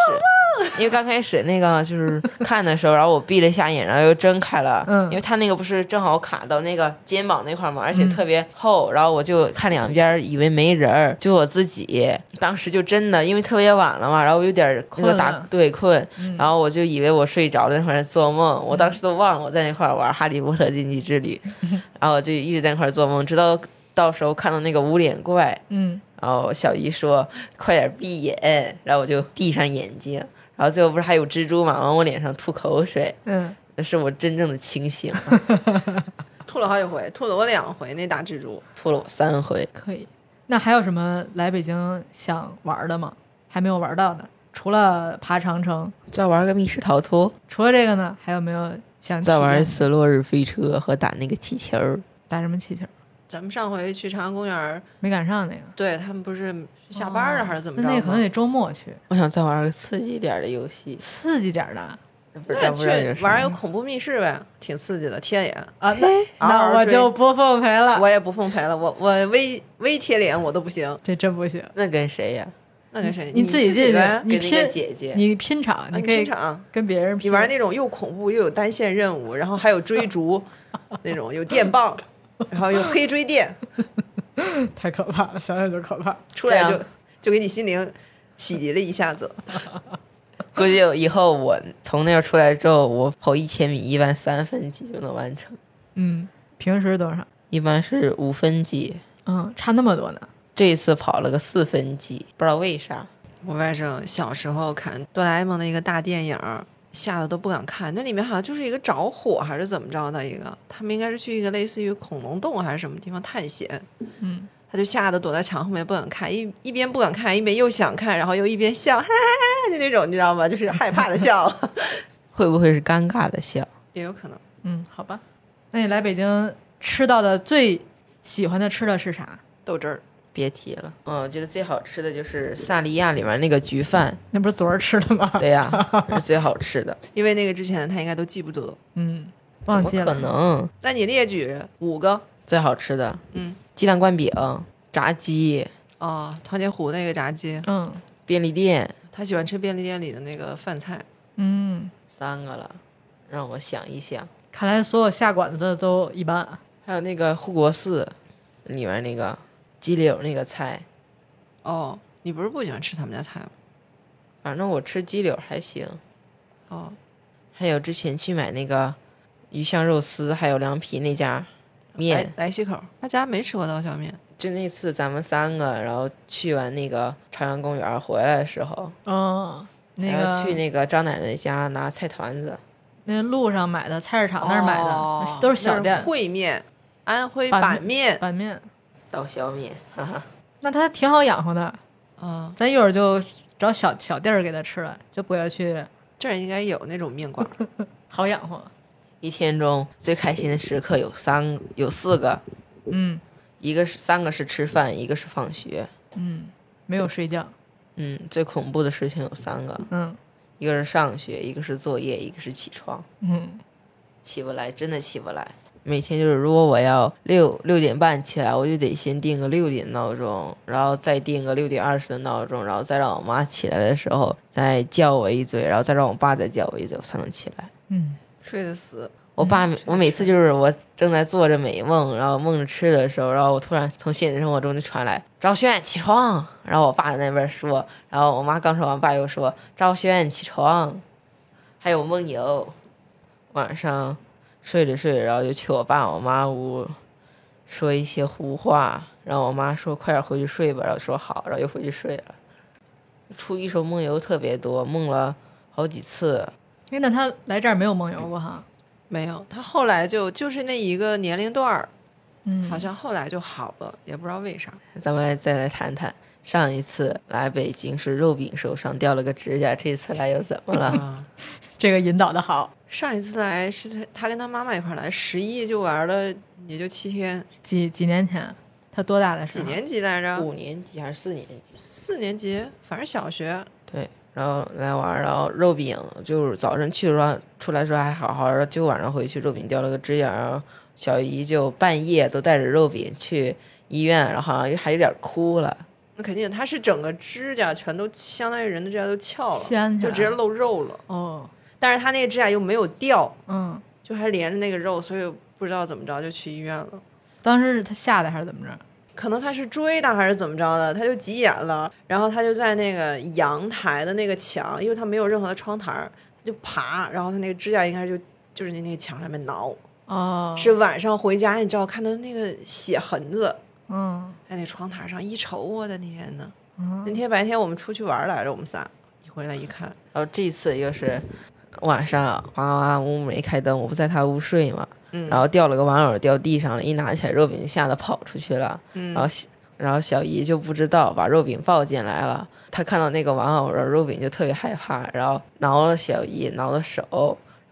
S2: 因为刚开始那个就是看的时候，然后我闭了一下眼，然后又睁开了，
S1: 嗯
S2: 因为他那个不是正好卡到那个肩膀那块儿嘛，而且
S1: 嗯
S2: 特别厚，然后我就看两边儿，以为没人儿，就我自己，当时就真的因为特别晚了嘛，然后我有点儿那个
S1: 困
S2: 打
S1: 了嗯
S2: 对困，然后我就以为我睡着了，那会儿做梦，我当时都忘了我在那块儿玩《哈利波特禁忌之旅》， 然后我就一直在那块儿做梦，直到到时候看到那个无脸怪。
S1: 嗯，
S2: 然后小姨说：“快点闭眼。”然后我就闭上眼睛，然后最后不是还有蜘蛛嘛，往我脸上吐口水，
S1: 嗯，
S2: 那是我真正的清 醒，
S3: 吐了好几回，吐了我两回那大蜘蛛。
S2: 吐了我三回。
S1: 可以。那还有什么来北京想玩的吗？还没有玩到的，除了爬长城，
S2: 再玩个密室逃脱，
S1: 除了这个呢，还有没有想
S2: 再玩一
S1: 体验
S2: 次落日飞车和打那个气球儿。
S1: 打什么气球？
S3: 咱们上回去长安公园儿，
S1: 没赶上那个，
S3: 对他们不是下班了还是怎么着
S1: 哦那
S3: 吗？
S1: 那可能得周末去，
S2: 我想再玩个刺激一点的游戏，
S1: 刺激点儿的。啊
S2: 不知道不知道有
S3: 去玩
S2: 啥
S3: 一。个
S1: 嗯
S3: 恐怖密室呗，挺刺激的，贴脸。
S1: 啊，那那
S3: 嗷嗷
S1: 我
S3: 哎追
S1: 就不奉陪
S2: 啊
S1: 了
S3: 我，也不奉陪了，我我微微贴脸我都不行，
S1: 这真不行。
S2: 那跟谁呀、
S3: 那跟谁？
S1: 你
S3: 自
S1: 自己进去
S3: 呗啊
S1: 你
S2: 跟那个
S1: 拼
S2: 姐姐。
S1: 你拼场，
S3: 啊你
S1: 可以
S3: 平常
S1: 跟别人
S3: 你
S1: 拼。
S3: 玩那种又恐怖又有单线任务，然后还有追逐那种，有电棒，然后有黑追电，
S1: 太可怕了，想想就可怕。
S3: 出来
S2: 这
S3: 就
S2: 样
S3: 就给你心灵洗涤了一下子。
S2: 估计以后我从那儿出来之后，我跑一千米一般三分几就能完成，
S1: 嗯，平时多少？
S2: 一般是五分几。
S1: 嗯，差那么多呢。
S2: 这一次跑了个四分几，不知道为啥。
S3: 我外甥小时候看哆啦 A 梦的一个大电影儿，吓得都不敢看。那里面好像就是一个着火还是怎么着的一个，他们应该是去一个类似于恐龙洞还是什么地方探险。
S1: 嗯，
S3: 他就吓得躲在墙后面不敢看，一一边不敢看，一边又想看，然后又一边笑，哈哈哈，就那种你知道吗？就是害怕的笑，
S2: 会不会是尴尬的笑？
S3: 也有可能。
S1: 嗯，好吧。那你来北京吃到的最喜欢的吃的是啥？
S3: 豆汁儿，
S2: 别提了。嗯，我觉得最好吃的就是萨莉亚里面那个焗饭，
S1: 那不是昨儿吃的吗？
S2: 对 呀、是最好吃的。
S3: 因为那个之前他应该都记不得。
S1: 嗯，
S2: 怎
S1: 忘
S2: 么
S1: 记
S2: 可
S1: 了。
S2: 能？
S3: 那你列举五个
S2: 最好吃的，
S3: 嗯，
S2: 鸡蛋灌饼、炸鸡、
S3: 哦，唐杰虎那个炸鸡，
S1: 嗯
S2: 便利店，
S3: 他喜欢吃便利店里的那个饭菜。
S1: 嗯，
S2: 三个了，让我想一想。
S1: 看来所有下馆子的都一般。
S2: 还有那个护国寺里面那个鸡柳那个菜，
S3: 哦，你不是不喜欢吃他们家菜吗？
S2: 反正我吃鸡柳还行。
S3: 哦，
S2: 还有之前去买那个鱼香肉丝，还有凉皮那家面，
S3: 来来西口，他家没吃过刀削面。
S2: 就那次咱们三个，然后去完那个朝阳公园回来的时候，
S1: 嗯，那
S2: 然
S1: 个
S2: 哎后去那个张奶奶家拿菜团子，
S1: 那路上买的，菜市场那儿买的，
S3: 哦
S1: 都是小
S3: 那
S1: 店
S3: 烩面，安徽
S1: 板
S3: 板面。
S1: 板面。
S2: 刀削面，哈哈，
S1: 那它挺好养活的，
S3: 啊，
S1: 咱一会儿就找小小店儿给它吃了，就不要去
S3: 这儿应该有那种面馆儿。
S1: 好养活。
S2: 一天中最开心的时刻有三有四个，
S1: 嗯
S2: 一个是三个是吃饭，一个是放学。
S1: 嗯，没有睡觉。
S2: 嗯，最恐怖的事情有三个，
S1: 嗯
S2: 一个是上学，一个是作业，一个是起床，
S1: 嗯
S2: 起不来，真的起不来。每天就是，如果我要六六点半起来，我就得先定个六点闹钟，然后再定个六点二十的闹钟，然后再让我妈起来的时候再叫我一嘴，然后再让我爸再叫我一嘴，我才能起来。
S1: 嗯，
S3: 睡得死，
S2: 我爸每，我每次就是我正在做着美梦，然后梦着吃的时候，然后我突然从现实生活中就传来赵轩起床，然后我爸在那边说，然后我妈刚说完，爸又说赵轩起床，还有梦游，晚上睡着睡着，然后就去我爸我妈屋说一些胡话，然后我妈说快点回去睡吧，然后说好，然后又回去睡了。初一时候梦游特别多，梦了好几次，
S1: 哎，那他来这儿没有梦游过哈？
S3: 没有。他后来就就是那一个年龄段儿，
S1: 嗯，
S3: 好像后来就好了，也不知道为啥。
S2: 咱们来再来谈谈上一次来北京是肉饼手上掉了个指甲，这次来又怎么了？
S3: 啊，
S1: 这个引导的好，
S3: 上一次来是他他跟他妈妈一块儿来，十一就玩了也就七天，
S1: 几几年前，他多大的时
S3: 几
S1: 候？
S3: 年级来着？
S2: 五年级还是四年级？
S3: 四年级，反正小学。
S2: 对，然后来玩，然后肉饼就是早晨去的时候出来的时候还好好的，就晚上回去肉饼掉了个指甲，然后小姨就半夜都带着肉饼去医院，然后好像还有点哭了。
S3: 那肯定，他是整个指甲全都相当于人的指甲都翘
S1: 掀
S3: 了，
S1: 起
S3: 就
S1: 来
S3: 直接露肉了。
S1: 哦，
S3: 但是他那个指甲又没有掉，
S1: 嗯，
S3: 就还连着那个肉，所以不知道怎么着就去医院了。
S1: 当时是他吓的还是怎么着？
S3: 可能他是追他还是怎么着的，他就急眼了，然后他就在那个阳台的那个墙，因为他没有任何的窗台儿，他就爬，然后他那个指甲应该就就是那那个墙上面挠。
S1: 哦，
S3: 是，晚上回家，你知道看到那个血痕子
S1: 嗯
S3: 在那窗台上一啊瞅，我的天呐！
S1: 嗯
S3: 那天白天我们出去玩来着，我们仨一回来一看，
S2: 然后这次又是晚上，妈妈屋没开灯，我不在她屋睡嘛，
S3: 嗯
S2: 然后掉了个玩偶掉地上了，一拿起来肉饼吓得跑出去了，
S3: 嗯
S2: 然后小然后小姨就不知道把肉饼抱进来了，她看到那个玩偶，然后肉饼就特别害怕，然后挠了小姨，挠了手，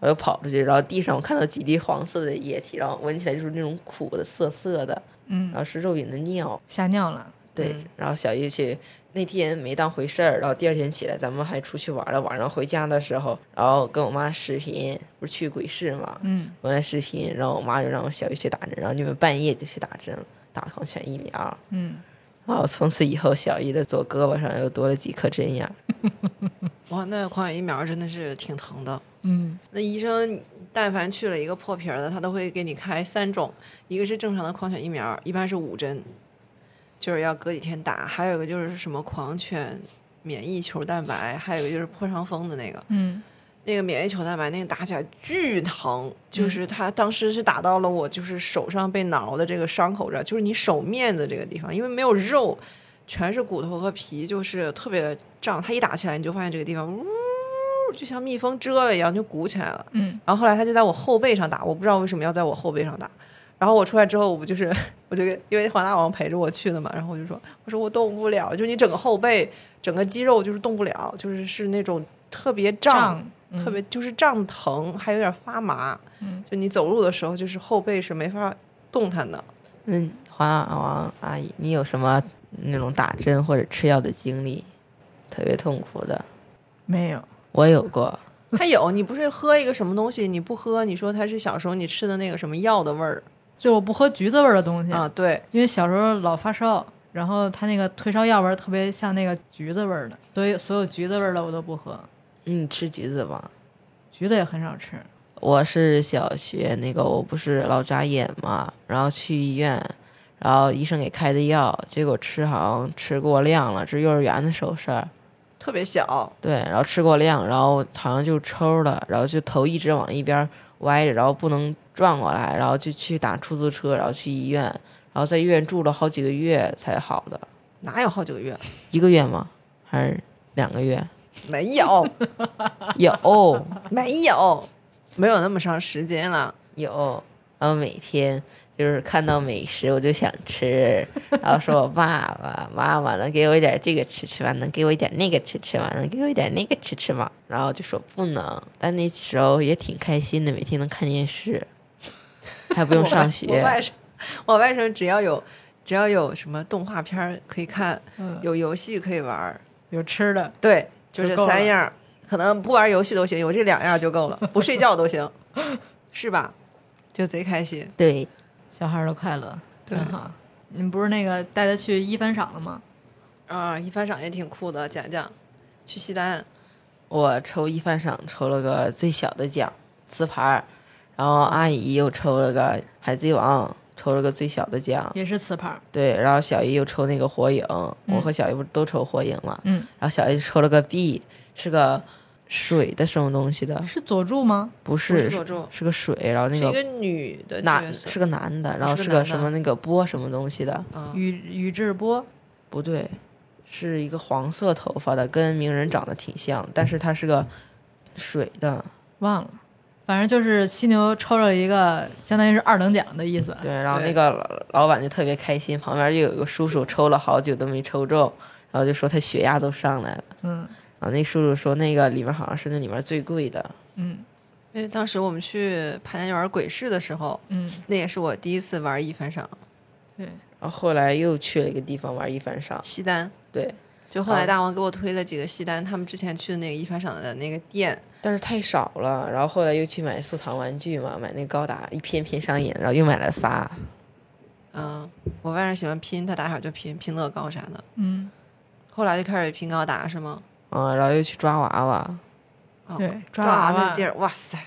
S2: 然后又跑出去，然后地上我看到几滴黄色的液体，然后闻起来就是那种苦的涩涩的，然
S1: 嗯，
S2: 后是肉饼的尿，
S1: 吓尿了，
S2: 对，
S3: 嗯
S2: 然后小姨去那天没当回事儿，然后第二天起来咱们还出去玩了，晚上回家的时候，然后跟我妈视频，不是去鬼市嘛，
S1: 嗯
S2: 我来视频，然后我妈就让我小姨去打针，然后你们半夜就去打针了，打狂犬疫苗。
S1: 嗯，
S2: 然后从此以后，小姨的左胳膊上又多了几颗针眼儿。
S3: 哇，那狂犬疫苗真的是挺疼的。
S1: 嗯
S3: 那医生但凡去了一个破皮儿的，他都会给你开三种，一个是正常的狂犬疫苗，一般是五针，就是要隔几天打；还有一个就是什么狂犬免疫球蛋白，还有一个就是破伤风的那个，
S1: 嗯
S3: 那个免疫球蛋白那个打起来巨疼，
S1: 嗯
S3: 就是他当时是打到了我就是手上被挠的这个伤口这儿，就是你手面子这个地方，因为没有肉，全是骨头和皮，就是特别胀。他一打起来，你就发现这个地方呜，就像蜜蜂蛰了一样，就鼓起来了。
S1: 嗯，
S3: 然后后来他就在我后背上打，我不知道为什么要在我后背上打。然后我出来之后，我不就是我就跟因为黄大王陪着我去的嘛，然后我就说我说我动不了，就你整个后背整个肌肉就是动不了，就是是那种特别胀，
S1: 胀，嗯
S3: 特别就是胀疼，还有点发麻。
S1: 嗯
S3: 就你走路的时候，就是后背是没法动弹的。
S2: 嗯，黄王阿姨，你有什么那种打针或者吃药的经历，特别痛苦的？
S1: 没有，
S2: 我有过，
S3: 他有，你不是喝一个什么东西，你不喝，你说它是小时候你吃的那个什么药的味儿
S1: 就我不喝橘子味儿的
S2: 嗯
S1: 东西，
S3: 啊？对，
S1: 因为小时候老发烧，然后他那个退烧药味儿特别像那个橘子味儿的，所以所有橘子味儿的我都不喝，
S2: 你嗯吃橘子吗？
S1: 橘子也很少吃。
S2: 我是小学那个，我不是老眨眼嘛，然后去医院，然后医生给开的药，结果吃好像吃过量了，这幼儿园的时候事儿，
S3: 特别小，
S2: 对，然后吃过量，然后好像就抽了，然后就头一直往一边歪着，然后不能转过来，然后就去打出租车，然后去医院，然后在医院住了好几个月才好的，
S3: 哪有好几个月？
S2: 一个月吗？还是两个月？
S3: 没有，
S2: 有
S3: 没有，没有那么长时间了。
S2: 有，然后每天就是看到美食我就想吃，然后说我爸爸妈妈能给我一点这个吃吃吗？能给我一点那个吃吃吗？能给我一点那个吃吃吗？然后就说不能，但那时候也挺开心的，每天能看 电视，还不用上
S3: 我外甥，
S2: 学。
S3: 我外甥只要有只要有什么动画片儿可以看，
S1: 嗯，
S3: 有游戏可以玩儿，
S1: 有吃的，
S3: 对，就
S1: 就
S3: 这
S1: 够
S3: 三
S1: 了
S3: 样儿，可能不玩游戏都行，有这两样儿就够了，不睡觉都 行，是吧？就贼开心。
S2: 对，
S1: 小孩儿的快乐
S3: 对
S1: 真好。你们不是那个带他去一番赏了吗？
S3: 啊，一番赏也挺酷的，讲讲。去西单，
S2: 我抽一番赏抽了个最小的奖糍牌儿，然后阿姨又抽了个海贼王，抽了个最小的奖，
S1: 也是糍牌儿，
S2: 对，然后小姨又抽那个火影，我
S3: 嗯
S2: 和小姨不是都抽火影嘛，
S1: 嗯，
S2: 然后小姨抽了个 B，是个水的什么东西的，
S1: 是佐助吗？
S2: 不
S3: 不是
S2: 是
S3: 佐助
S2: 是个水，然后那
S3: 是一
S2: 个
S3: 个女的角
S2: 男
S3: 色哦
S2: 是个男的，然后
S3: 是
S2: 是
S3: 个男
S2: 个
S3: 的
S2: 什么那个波什么东西的，
S3: 啊，
S1: 宇宇智波，
S2: 不对，是一个黄色头发的，跟鸣人长得挺像，但是他是个水的，
S1: 忘了，反正就是犀牛抽着一个，相当于是二等奖的意思。
S2: 对，然后
S3: 对
S2: 那个老老板就特别开心，旁边就有一个叔叔抽了好久都没抽中，然后就说他血压都上来了，
S1: 嗯
S2: 然后啊那叔叔说那个里面好像是那里面最贵的。
S1: 嗯
S3: 因为当时我们去潘家园鬼市的时候，
S1: 嗯，
S3: 那也是我第一次玩一番赏。
S1: 对，
S2: 然后后来又去了一个地方玩一番赏，
S3: 西单，
S2: 对，
S3: 就后来
S2: 啊
S3: 大王给我推了几个西单，他们之前去的那个一番赏的那个店，
S2: 但是太少了。然后后来又去买素糖玩具嘛，买那个高达一片片上瘾，然后又买了仨。
S3: 嗯，我外甥喜欢拼，他打小就拼拼乐高啥的，
S1: 嗯
S3: 后来就开始拼高达是吗？
S2: 嗯，然后又去抓娃娃，
S3: 哦、
S1: 对
S3: 抓
S1: 抓
S3: 娃
S1: 娃
S3: 娃那
S1: 娃
S3: 地儿，哇 塞！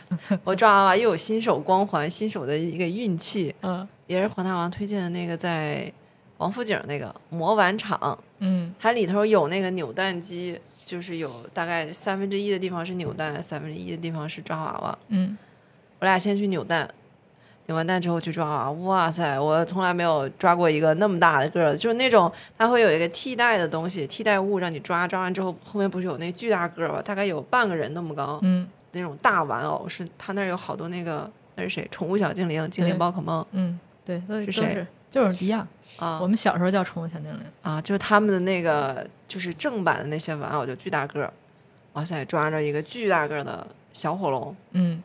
S3: 我抓娃娃又有新手光环，新手的一个运气，
S1: 嗯
S3: 也是黄大王推荐的那个在王府井那个魔玩场，
S1: 嗯
S3: 它里头有那个扭蛋机，就是有大概三分之一的地方是扭蛋，三分之一的地方是抓娃娃。
S1: 嗯，
S3: 我俩先去扭蛋，扭完蛋之后去抓娃娃。哇塞，我从来没有抓过一个那么大的个儿的，就是那种它会有一个替代的东西，替代物让你抓，抓完之后后面不是有那巨大个儿吧，大概有半个人那么高，
S1: 嗯
S3: 那种大玩偶是它那儿有好多那个那是谁？宠物小精灵、精灵
S1: 对
S3: 宝可梦
S1: 嗯，对，都
S3: 是
S1: 都
S3: 谁
S1: 是就是一样。
S3: 啊
S1: 我们小时候叫宠物小精灵，
S3: 啊，就是他们的那个就是正版的那些玩偶就巨大个儿，哇塞，抓着一个巨大个儿的小火龙，
S1: 嗯，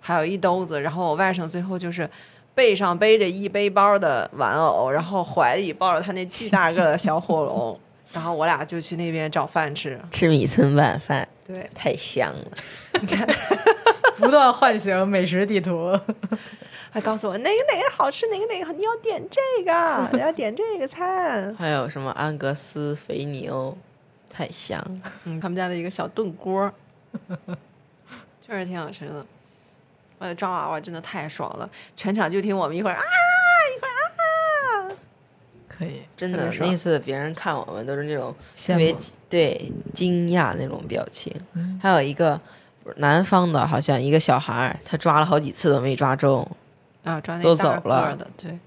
S3: 还有一兜子。然后我外甥最后就是背上背着一背包的玩偶，然后怀里抱着他那巨大个的小火龙，然后我俩就去那边找饭吃。
S2: 吃米村拌饭，
S3: 对，
S2: 太香了。
S1: 不断唤醒美食地图。
S3: 还告诉我哪个哪个好吃，哪个哪个好，你要点这个，你要点这个餐。
S2: 还有什么安格斯肥牛，太香了。
S3: 嗯，他们家的一个小炖锅， 确实挺好吃的。我的抓娃娃真的太爽了，全场就听我们一会儿啊，啊
S1: 可以，
S2: 真
S3: 特别
S2: 的，
S3: 爽
S2: 那次别人看我们都是那种
S1: 羡
S2: 特别
S1: 慕。
S2: 对惊讶那种表情。
S1: 嗯
S2: 还有一个南方的，好像一个小孩儿，他抓了好几次都没抓中，
S3: 啊，抓那
S2: 都
S3: 大
S2: 走
S3: 个儿
S2: 了
S3: 的，对，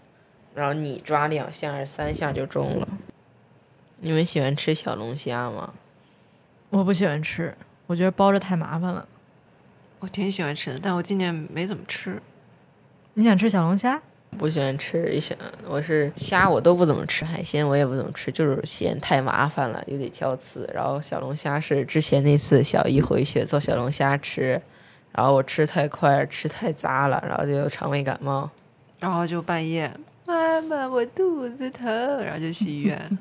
S2: 然后你抓两下还是三下就中了。你们喜欢吃小龙虾吗？
S1: 我不喜欢吃，我觉得包着太麻烦了。
S3: 我挺喜欢吃的，但我今年没怎么吃。
S1: 你想吃小龙虾？
S2: 不喜欢吃一想我是虾，我都不怎么吃，海鲜我也不怎么吃，就是嫌太麻烦了，又得挑刺。然后小龙虾是之前那次小姨回去做小龙虾吃，然后我吃太快，吃太杂了，然后就有肠胃感冒。
S3: 然后就半夜 妈妈我肚子疼，然后就去医 院。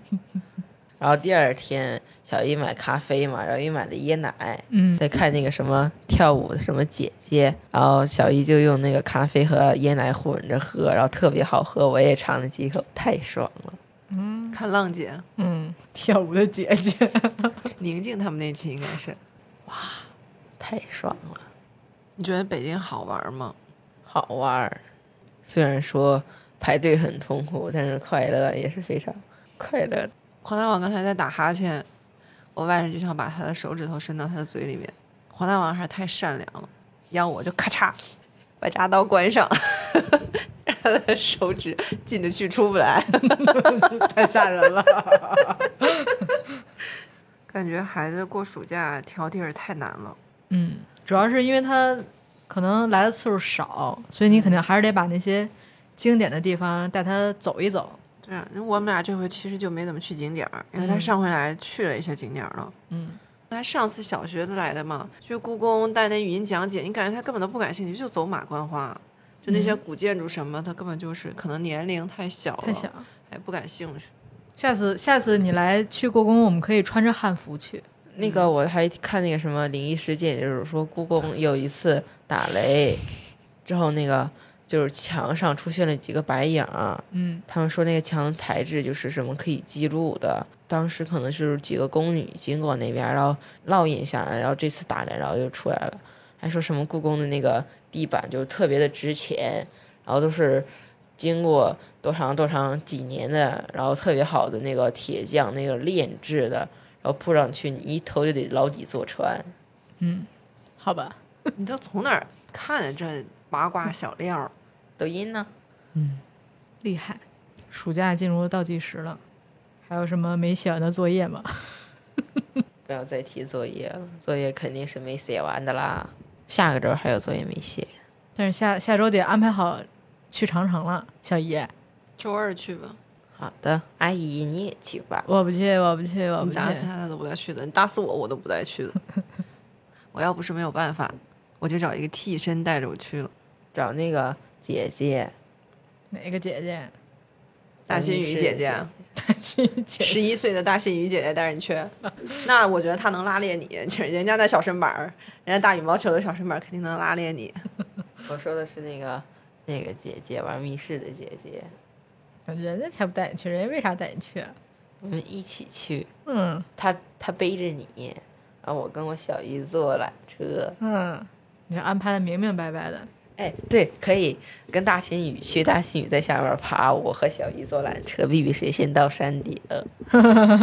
S2: 然后第二天，小姨买咖啡嘛，然后又买的椰奶，
S1: 嗯，
S2: 在看那个什么跳舞的什么姐姐，然后小姨就用那个咖啡和椰奶混着喝，然后特别好喝，我也尝了几口，太爽了。
S3: 看浪姐、
S1: 嗯，跳舞的姐姐，
S3: 宁静他们那期应该是。
S2: 太爽了，
S3: 你觉得北京好玩吗？
S2: 好玩儿。虽然说排队很痛苦，但是快乐也是非常快乐的。
S3: 黄大王刚才在打哈欠，我外甥就想把他的手指头伸到他的嘴里面。黄大王还是太善良了，要我就咔嚓把铡刀关上， 让他的手指进得去出不来。
S1: 太吓人了。
S3: 感觉孩子过暑假挑地儿太难了。
S1: 嗯， 主要是因为他可能来的次数少，所以你肯定还是得把那些经典的地方带他走一走。
S3: 对啊，因为我们俩这回其实就没怎么去景点儿，因为他
S1: 嗯
S3: 上回来去了一些景点儿了。
S1: 嗯，
S3: 他上次小学来的嘛，去故宫带那语音讲解，你感觉他根本都不感兴趣，就走马观花，就那些古建筑什么，他根本就是可能年龄太小了，
S1: 太小。
S3: 哎，不感兴趣。
S1: 下次下次你来去故宫，我们可以穿着汉服去。
S2: 那个我还看那个什么灵异事件，也就是说故宫有一次打雷之后，那个就是墙上出现了几个白影儿，
S1: 嗯
S2: 他们说那个墙的材质就是什么可以记录的。当时可能是几个宫女经过那边，然后烙印下来，然后这次打来，然后就出来了。还说什么故宫的那个地板就是特别的值钱，然后都是经过多长多长几年的，然后特别好的那个铁匠那个炼制的，然后铺上去你一头就得老几座穿。
S1: 嗯，好吧。
S3: 你都从哪儿看的这八卦小料儿？
S2: 抖音呢？
S1: 厉害！暑假进入倒计时了，还有什么没写完的作业吗？
S2: 不要再提作业了，作业肯定是没写完的啦。下个周还有作业没写。
S1: 但是下下周得安排好去长城了，小姨，
S3: 周二去吧。
S2: 好的，阿姨你也去吧。
S1: 我不去，我不去，我
S3: 我
S1: 不
S3: 们
S1: 去。
S3: 打死他他都不带去的，你打死我我都不带去的。 我要不是没有办法，我就找一个替身带着我去了。
S2: 找那个姐姐，
S1: 哪个姐 姐？
S3: 大新宇姐啊姐， 十一岁的大新宇姐姐带着你去，那我觉得她能拉练你，人家那小身板儿，人家打羽毛球的小身板儿肯定能拉练你。
S2: 我说的是那个那个姐姐玩密室的姐姐，
S1: 人家才不带你去，人家为啥带你去？啊
S2: 我们一起去，
S1: 嗯
S2: 她她背着你，然后我跟我小姨坐缆车。
S1: 嗯，你这安排的明明白白的。
S2: 哎，对，可以跟大新宇去，大新宇在下面爬，我和小姨坐缆车，比比谁先到山顶。嗯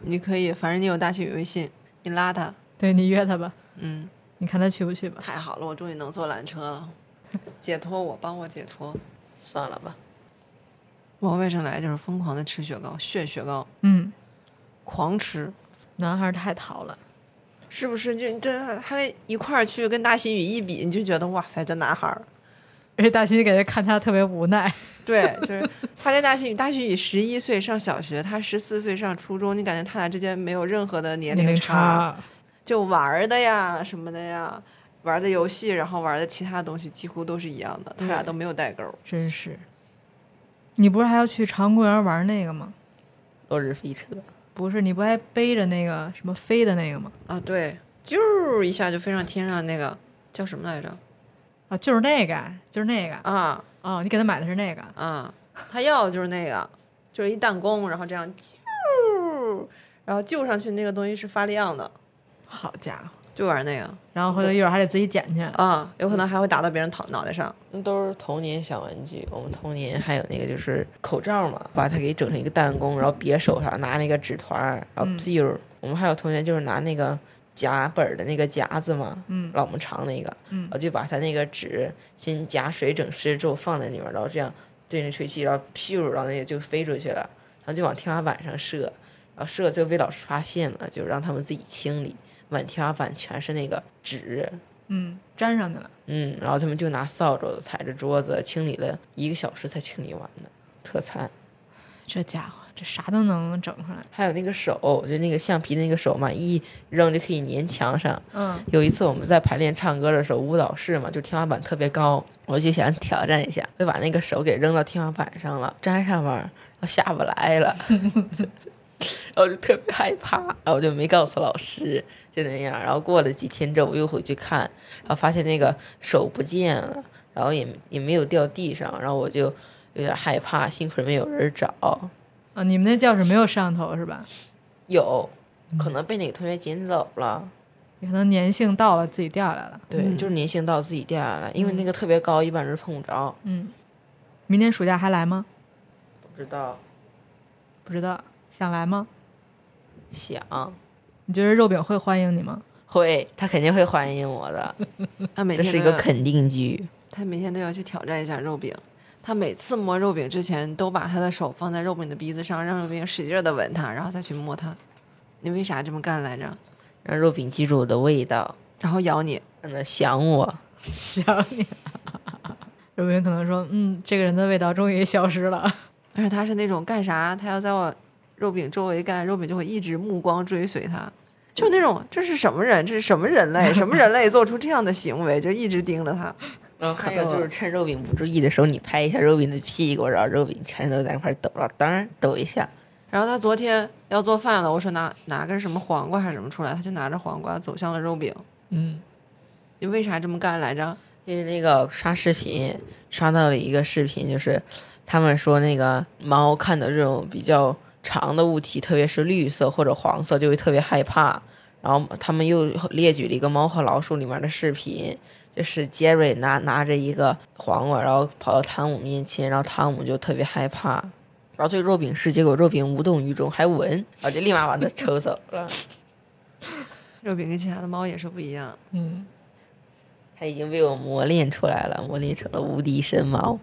S3: 你可以，反正你有大新宇微信，你拉她。
S1: 对你约他吧，
S3: 嗯，
S1: 你看他去不去吧。
S3: 太好了，我终于能坐缆车了，解脱我，帮我解脱。
S2: 算了吧，
S3: 我为什么来就是疯狂的吃雪糕，炫雪糕，
S1: 嗯，
S3: 狂吃。
S1: 男孩太淘了，
S3: 是不是就这还一块儿去跟大新宇一比，你就觉得哇塞，这男孩儿，
S1: 而且大新感觉看他特别无奈。
S3: 对，就是他跟大新宇，大新宇十一岁上小学，他十四岁上初中，你感觉他俩之间没有任何的年龄差，就玩儿的呀什么的呀，玩儿的游戏，然后玩儿的其他东西几乎都是一样的，他俩
S1: 对
S3: 都没有代沟。
S1: 真是。你不是还要去长公园玩那个吗？
S2: 落日飞车。
S1: 不是，你不还背着那个什么飞的那个吗？
S3: 啊，对，啾一下就飞上天上那个叫什么来着？
S1: 啊，就是那个，就是那个。
S3: 啊
S1: 哦，你给他买的是那个。
S3: 啊，他要的就是那个，就是一弹弓，然后这样啾，然后救上去那个东西是发亮的，
S1: 好家伙！
S3: 就玩那个
S1: 然后回头一会儿还得自己捡去。
S3: 啊，有可能还会打到别人头脑袋上。
S2: 那都是童年小玩具。我们童年还有那个就是口罩嘛，把它给整成一个弹弓，然后别手上，拿那个纸团儿，然后
S1: 嗯
S2: zero、我们还有同学就是拿那个夹本儿的那个夹子嘛，
S1: 嗯
S2: 老我们长那个，
S1: 嗯
S2: 然后就把它那个纸先夹水整湿之后放在里面，然后这样对着吹气，然后咻，然后那个就飞出去了，然后就往天花板上射，然后射就被老师发现了，就让他们自己清理，满天花板全是那个纸，
S1: 嗯，粘上去了。
S2: 嗯，然后他们就拿扫帚踩着桌子清理了一个小时才清理完的，特惨。
S1: 这家伙这啥都能整出来。
S2: 还有那个手，就那个橡皮的那个手嘛，一扔就可以粘墙上。
S1: 嗯，
S2: 有一次我们在排练唱歌的时候，舞蹈室嘛，就天花板特别高，我就想挑战一下，就把那个手给扔到天花板上了，粘上面儿，我下不来了，然后我就特别害怕，然后我就没告诉老师，就那样。然后过了几天之后，我又回去看，然后发现那个手不见了，然后也也没有掉地上，然后我就有点害怕，幸亏没有人找，
S1: 啊，你们那教室没有摄像头是吧？
S2: 有可能被哪个同学捡走了。
S1: 有可能粘性到了，自己掉下来了。
S2: 对，就是粘性到自己掉下来，因为那个特别高，一般人碰不着。
S1: 嗯，明年暑假还来吗？
S2: 不知道
S1: 不知道，想来吗？
S2: 想
S1: 你觉得肉饼会欢迎你 吗？
S2: 会，他肯定会欢迎我的，
S3: 他啊每
S2: 这
S3: 天
S2: 是一
S3: 都
S2: 个
S3: 要
S2: 肯定句。
S3: 他每天都要去挑战一下肉饼。他每次摸肉饼之前，都把他的手放在肉饼的鼻子上，让肉饼使劲的闻它，然后再去摸它。你为啥这么干来着？
S2: 让肉饼记住我的味道，
S3: 然后咬你，
S2: 让他想我。
S1: 想你、肉饼可能说，嗯，这个人的味道终于消失了。
S3: 而且他是那种干啥，他要在我肉饼周围干，肉饼就会一直目光追随他，就是那种这是什么人，这是什么人类，什么人类做出这样的行为，就一直盯着他。
S2: 然后还
S3: 可
S2: 有
S3: 逗
S2: 就
S3: 了
S2: 是趁肉饼不注意的时候，你拍一下肉饼的屁股，然后肉饼全身都在那块抖，然后当然抖一下。
S3: 然后他昨天要做饭了，我说拿拿根什么黄瓜还是什么出来，他就拿着黄瓜走向了肉饼。
S1: 嗯，
S3: 你为啥这么干来着？
S2: 因为那个刷视频刷到了一个视频，就是他们说那个猫看到这种比较长的物体，特别是绿色或者黄色，就会特别害怕。然后他们又列举了一个《猫和老鼠》里面的视频，就是杰瑞拿拿着一个黄瓜，然后跑到汤姆面前，然后汤姆就特别害怕。然后对肉饼是，结果肉饼无动于衷，还闻，然后就立马把它抽走了。
S3: 肉饼跟其他的猫也是不一样。
S1: 嗯，
S2: 它已经被我磨练出来了，磨练成了无敌神猫。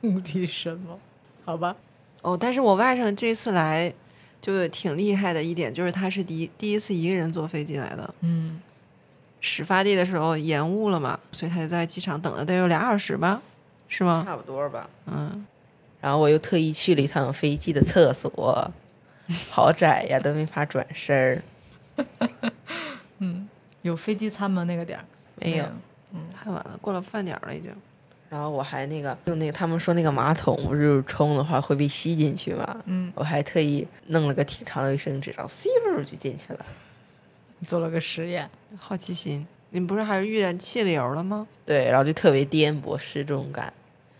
S1: 目的什么？好吧，
S3: 哦，但是我外甥这次来就挺厉害的一点，就是他是第一第一次一个人坐飞机来的。
S1: 嗯，
S3: 始发地的时候延误了嘛，所以他就在机场等了得有俩小时吧，是吗？
S2: 差不多吧。
S3: 嗯，
S2: 然后我又特意去了一趟飞机的厕所，好窄呀，都没法转身儿。
S1: 有飞机餐吗？那个点儿嗯
S2: 没有。
S3: 太晚了，过了饭点儿了已经。
S2: 然后我还那个用那个他们说那个马桶不是冲的话会被吸进去嘛，
S1: 嗯，
S2: 我还特意弄了个挺长的卫生纸，然后吸溜就进去了。
S1: 做了个实验。
S3: 好奇心，你不是还遇见气流了吗？
S2: 对，然后就特别颠簸失重感。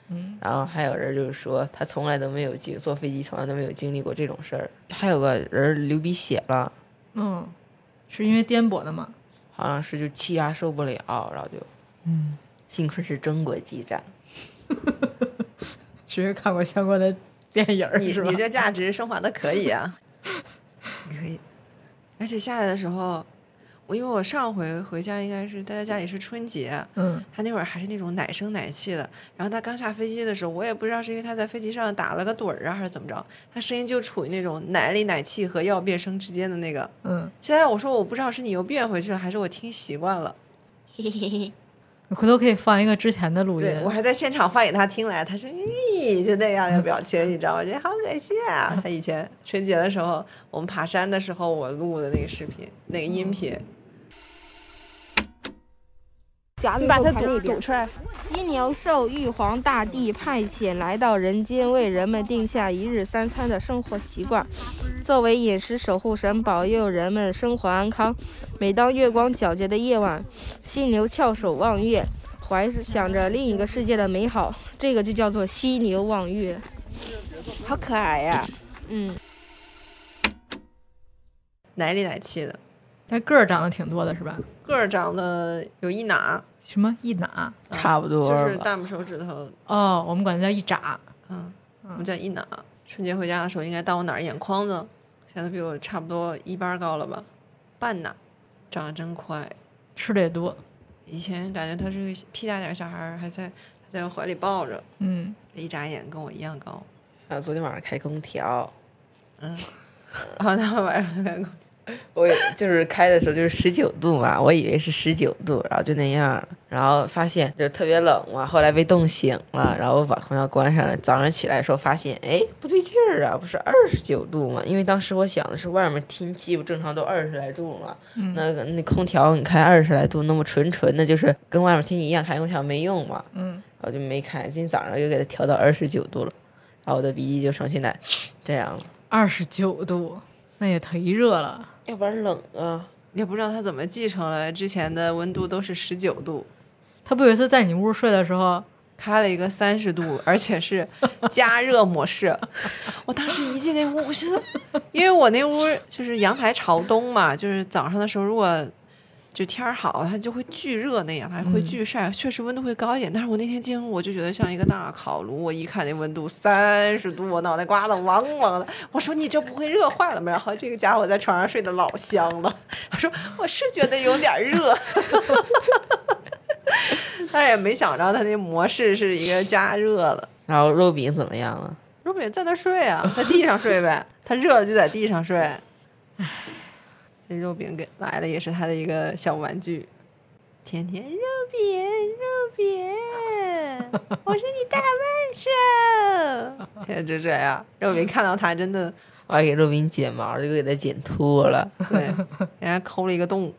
S1: 嗯，
S2: 然后还有人就是说他从来都没有经坐飞机，从来都没有经历过这种事儿。还有个人流鼻血了，
S1: 嗯，是因为颠簸的吗？
S2: 好像是就气压受不了，然后就嗯，幸亏是中国机长。
S1: 只是看过相关的电影儿
S3: 你
S1: 是吧
S3: 你？这价值升华的可以 啊，可以。而且下来的时候，我因为我上回回家应该是待在家里是春节，
S1: 嗯
S3: 他那会儿还是那种奶声奶气的。然后他刚下飞机的时候，我也不知道是因为他在飞机上打了个盹儿啊，还是怎么着，他声音就处于那种奶里奶气和要变声之间的那个。
S1: 嗯，
S3: 现在我说我不知道是你又变回去了，还是我听习惯了。
S1: 你回头可以放一个之前的录音
S3: 对。我还在现场发给他听来，他说咦，就那样的表情，你知道吗？我觉得好可惜 啊。他以前春节的时候，我们爬山的时候，我录的那个视频，那个
S2: 嗯
S3: 音频，
S4: 你把它堵堵出来。犀牛受玉皇大帝派遣来到人间，为人们定下一日三餐的生活习惯，作为饮食守护神，保佑人们生活安康。每当月光皎洁的夜晚，犀牛翘首望月，怀想着另一个世界的美好，这个就叫做犀牛望月。好可爱呀、嗯，
S3: 奶里奶气的，
S1: 但个儿长得挺多的是吧？
S3: 个儿长得有一拿，
S1: 什么一哪？
S2: 差不多
S3: 啊就是
S2: 吧
S3: 大拇手指头，
S1: 哦，我们管它叫一眨。
S3: 嗯，我们叫一拿。春节回家的时候，应该到我哪儿眼眶子，现在比我差不多一般高了吧，半拿，长得真快。
S1: 吃的也多。
S3: 以前感觉他是个屁大点儿小孩儿，还在还在我怀里抱着，
S1: 嗯，
S3: 一眨眼跟我一样高。
S2: 啊还有昨天晚上开空调，
S3: 然后他们晚上在那个
S2: 我就是开的时候就是十九度嘛，我以为是十九度，然后就那样，然后发现就是特别冷嘛，后来被冻醒了，然后把空调关上了。早上起来的时候发现，哎，不对劲儿啊，不是二十九度嘛？因为当时我想的是外面天气不正常都二十来度嘛，那个那空调你开二十来度，那么纯纯的就是跟外面天气一样，开空调没用嘛。
S1: 嗯，
S2: 然后就没开，今天早上又给它调到二十九度了，然后我的鼻翼就成现在这样了，
S1: 二十九度，那也忒热了。
S2: 要不然冷啊。
S3: 也不知道他怎么继承了之前的温度都是十九度，
S1: 他不有一次在你屋睡的时候，
S3: 开了一个三十度， 而且是加热模式。我当时一进那屋，我寻思，因为我那屋就是阳台朝东嘛，就是早上的时候如果就天儿好，它就会巨热那样，它会巨晒，确实温度会高一点。但是我那天进屋，我就觉得像一个大烤炉，我一看那温度三十度，我脑袋瓜子汪汪的。我说你这不会热坏了吗？然后这个家伙在床上睡得老香了。 他说我是觉得有点热。但是也没想着他那模式是一个加热的。
S2: 然后肉饼怎么样了？
S3: 若饼在那睡啊，在地上睡呗，他热了就在地上睡。唉，这肉饼给来了也是他的一个小玩具，天天肉饼肉饼，我是你大笨手，天天就这样。肉饼看到他真的
S2: 我还给肉饼剪毛，就给它剪秃了，
S3: 对，给人抠了一个洞，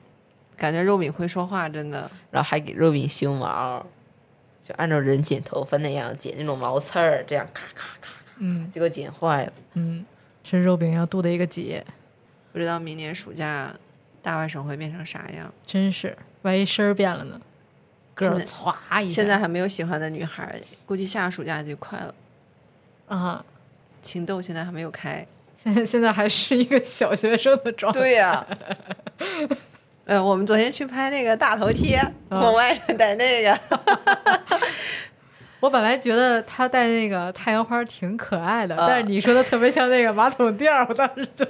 S3: 感觉肉饼会说话，真的。
S2: 然后还给肉饼修毛，就按照人剪头发那样剪那种毛刺儿，这样咔咔咔咔，
S1: 嗯
S2: 结果剪坏了。
S1: 嗯，是肉饼要度的一个结，
S3: 不知道明年暑假大外甥会变成啥样。
S1: 真是，万一声儿变了呢？个儿
S3: 现在
S1: 歘一下，
S3: 现在还没有喜欢的女孩儿，估计下暑假就快了。
S1: 啊，
S3: 情窦现在还没有开。
S1: 现在 现在还是一个小学生的 状态。
S3: 呀、呃，我们昨天去拍那个大头贴，
S1: 嗯
S3: 我外甥戴那个，
S1: 我本来觉得他戴那个太阳花挺可爱的，
S3: 啊
S1: 但是你说的特别像那个马桶垫儿，我当时 就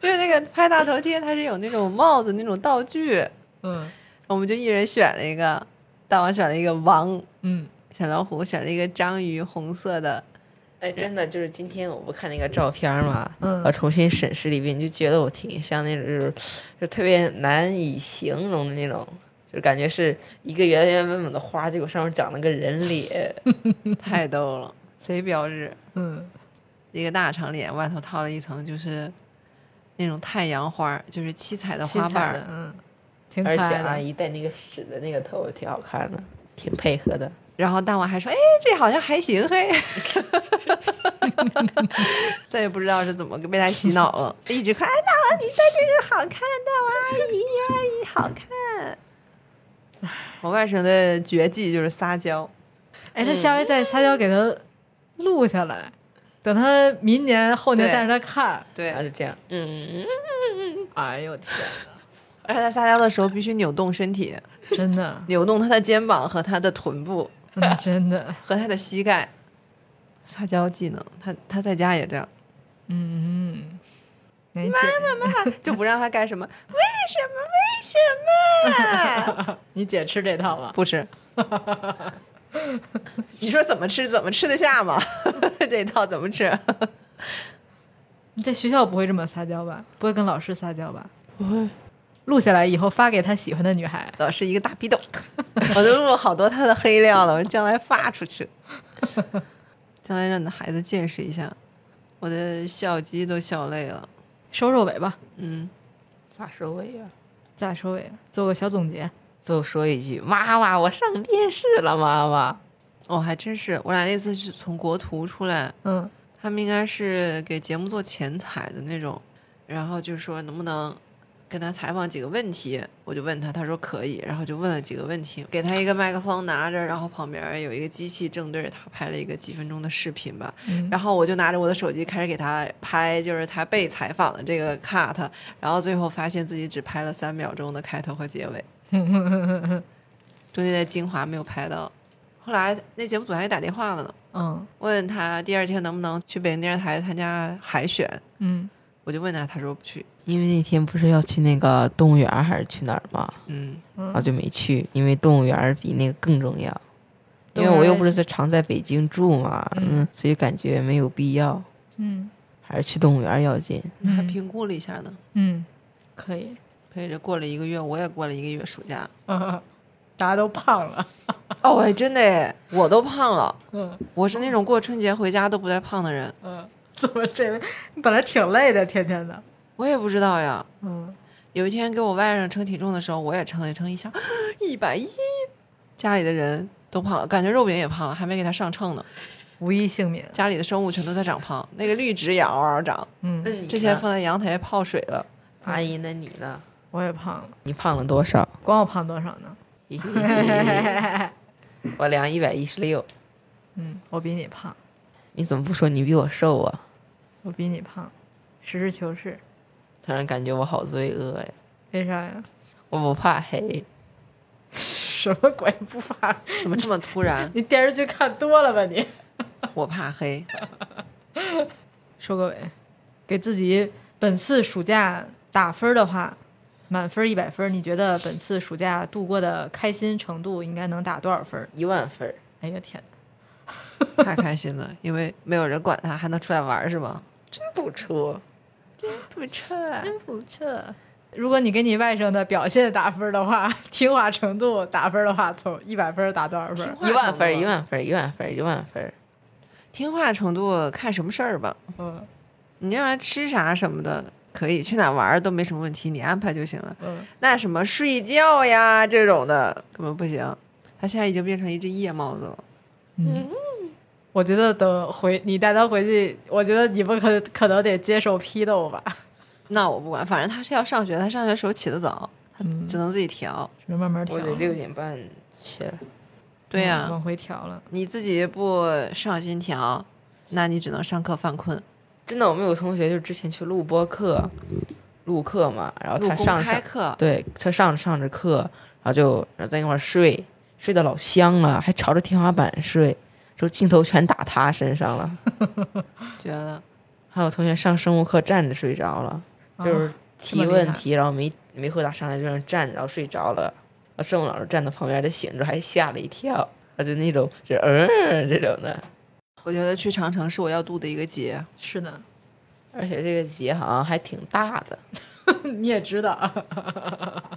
S3: 因为那个拍大头贴它是有那种帽子那种道具，
S1: 嗯
S3: 我们就一人选了一个，大王选了一个王，
S1: 嗯
S3: 小老虎选了一个章鱼，红色的，
S2: 哎，真的就是今天我不看那个照片儿嘛，
S1: 嗯
S2: 我重新审视了一遍，就觉得我挺像那种，就是就特别难以形容的那种，就感觉是一个原原本本的花，结果上面长了个人 脸。
S3: 太逗了，贼标志，
S1: 嗯
S3: 一个大长脸，外头套了一层就是那种太阳花，就是七彩的
S1: 七
S3: 花
S1: 彩
S3: 瓣儿
S1: 的，嗯，挺可
S2: 而且
S1: 爱
S2: 阿
S1: 的。
S2: 姨戴那个屎的那个头挺好看的，挺配合的。
S3: 然后大王还说：“哎，这好像还行嘿。” 再也不知道是怎么被他洗脑了，一直夸哎大王你戴这个好看，大王阿姨阿姨好看。我外甥的绝技就是撒娇，
S1: 哎，
S3: 嗯
S1: 他下回再撒娇给他录下来，等他明年后年
S3: 对
S1: 带着他看。
S3: 对
S2: 然后就这样，嗯，
S1: 哎呦天
S3: 而且他撒娇的时候必须扭动身体，
S1: 哪，真的，
S3: 扭动他的肩膀和他的臀部
S1: 嗯， 真的，
S3: 和他的膝盖。撒娇技能，他他在家也这样，
S1: 嗯，妈
S3: 妈
S1: 妈，
S3: 妈就不让他干什么，为什么为 什么？
S1: 你姐吃这套吧？
S3: 不吃。 你说怎么吃？怎么吃得下吗？ 这一套怎么吃？
S1: 你在学校不会这么撒娇吧？不会跟老师撒娇吧？
S2: 不会，
S1: 录下来以后发给他喜欢的女孩。
S3: 老师一个大逼斗， 我都录了好多他的黑料了，我将来发出去， 将来让你的孩子见识一下。我的笑肌都笑累了。
S1: 收收尾吧，
S3: 嗯，
S2: 咋收尾呀、
S1: 再收尾，做个小总结。
S2: 最后说一句：“妈妈，我上电视了，妈妈。
S3: 哦，还真是，我俩那次是从国图出来，
S1: 嗯
S3: 他们应该是给节目做前采的那种，然后就说能不能跟他采访几个问题，我就问他，他说可以，然后就问了几个问题，给他一个麦克风拿着，然后旁边有一个机器正对着他拍了一个几分钟的视频吧，
S1: 嗯
S3: 然后我就拿着我的手机开始给他拍，就是他被采访的这个 cut，然后最后发现自己只拍了三秒钟的开头和结尾，中间的精华没有拍到，后来那节目组还给打电话了呢。
S1: 嗯
S3: 问他第二天能不能去北京电视台参加海选，
S1: 嗯
S3: 我就问他，他说不去。”
S2: 因为那天不是要去那个动物园儿还是去哪儿吗？
S3: 嗯，
S2: 然后就没去，因为动物园儿比那个更重要。因为我又不是在常在北京住嘛，
S1: 嗯
S2: 嗯，所以感觉没有必要。
S1: 嗯，
S2: 还是去动物园要紧。
S3: 还
S1: 嗯
S3: 评估了一下呢，
S1: 嗯，可以，
S3: 陪着过了一个月，我也过了一个月暑假。
S1: 嗯， 大家都胖了，
S3: 哦，哎，真的哎，我都胖了，
S1: 嗯
S3: 我是那种过春节回家都不带胖的人，
S1: 嗯，怎么这位本来挺累的，天天的，
S3: 我也不知道呀。
S1: 嗯，
S3: 有一天给我外甥称体重的时候，我也称了称一下， 一百一，家里的人都胖了，感觉肉饼也胖了，还没给他上秤呢。
S1: 无一幸免，
S3: 家里的生物全都在长胖，那个绿植啊也嗷嗷长，
S1: 嗯，
S2: 你
S3: 之前放在阳台泡水了。
S2: 阿姨，那你呢？
S1: 我也胖了，
S2: 你胖了多少？
S1: 管我胖多少呢？
S2: 我量一百一十六。
S1: 嗯，我比你胖，
S2: 你怎么不说你比我瘦啊？
S1: 我比你胖，实事求是，
S2: 突然感觉我好罪恶呀！
S1: 为啥呀？
S2: 我不怕黑，
S1: 什么鬼不发？
S3: 怎么这么突然？
S1: 你电视剧看多了吧你？
S3: 我怕黑。
S1: 收个尾，给自己本次暑假打分的话，满分一百分，你觉得本次暑假度过的开心程度应该能打多少分？
S2: 一万分儿。
S1: 哎呀天哪，
S3: 太开心了，因为没有人管他，还能出来玩儿是吗？
S2: 不出，
S3: 不差，
S1: 真不错。如果你给你外甥的表现打分的话，听话程度打分的话，从一百分打多少分？
S2: 一万分儿，一万分儿，一万分儿，一万分儿。
S3: 听话程度看什么事儿吧。
S1: 嗯
S3: 你让他吃啥什么的可以，去哪玩儿都没什么问题，你安排就行了。
S1: 嗯，
S3: 那什么睡觉呀这种的根本不行。他现在已经变成一只夜猫子了，
S1: 我觉得等回你带他回去，我觉得你们可可能得接受批斗吧，
S3: 那我不管，反正他是要上学，他上学时候起得早，他只能自己调。
S1: 只嗯能慢慢调嗯
S2: 我。得啊六点半起来。
S3: 对呀、
S2: 嗯
S1: 往回调了。
S3: 你自己不上心调，那你只能上课犯困。
S2: 真的，我们有个同学就之前去录播课，录课嘛，然后
S3: 入
S2: 他
S3: 公
S2: 上
S3: 开
S2: 上，
S3: 课，
S2: 对他上着上着课，然后就然后在那块儿睡，睡得老香了，还朝着天花板睡，就镜头全打他身上了。
S3: 觉得
S2: 还有同学上生物课站着睡着了，就是提问题，然后没没回答上来，就在那站着，然后睡着了。然后生物老师站在旁边，他醒着还吓了一跳，他就那种就嗯、这种的。
S3: 我觉得去长城是我要度的一个劫。
S1: 是的，
S2: 而且这个节好像还挺大的，
S1: 你也知道，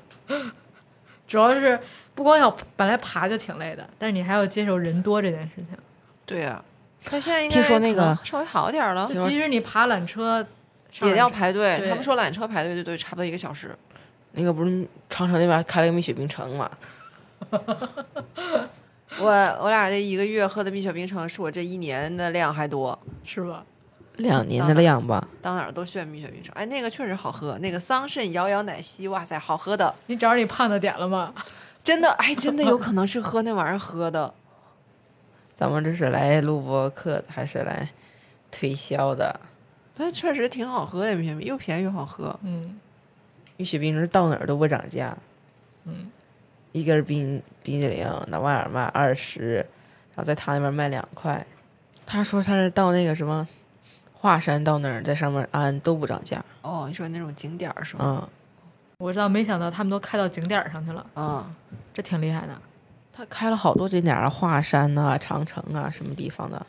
S1: 主要是不光要本来爬就挺累的，但是你还要接受人多这件事情。
S3: 对呀、他现在应该
S2: 听说那个
S3: 可能稍微好点儿了，
S1: 就即使你爬缆车，上
S3: 也要
S1: 缆车
S3: 排队。
S1: 对
S3: 他们说缆车排队就对，差不多一个小时。
S2: 那个不是长城那边开了个蜜雪冰城嘛？
S3: 我我俩这一个月喝的蜜雪冰城是我这一年的量还多，
S1: 是吧？
S2: 两年的量吧，
S3: 到哪儿都炫蜜雪冰城。哎，那个确实好喝，那个桑葚摇摇奶昔，哇塞，好喝的，
S1: 你找着你胖的点了吗？
S3: 真的，哎，真的有可能是喝那玩意儿喝的。
S2: 咱们这是来录播课的，还是来推销的？
S3: 它确实挺好喝的，蜜雪冰又便宜又好喝。
S1: 嗯，
S2: 蜜雪冰城到哪儿都不涨价，嗯，一根冰冰激凌那外尔卖二十，然后在他那边卖两块。他说他是到那个什么华山到那儿，在上面安都不涨价，
S3: 哦，你说那种景点儿是吗？
S2: 嗯，
S1: 我知道，没想到他们都开到景点儿上去了，
S3: 嗯，
S1: 这挺厉害的。
S2: 他开了好多景点儿啊，华山呐、长城啊，什么地方的。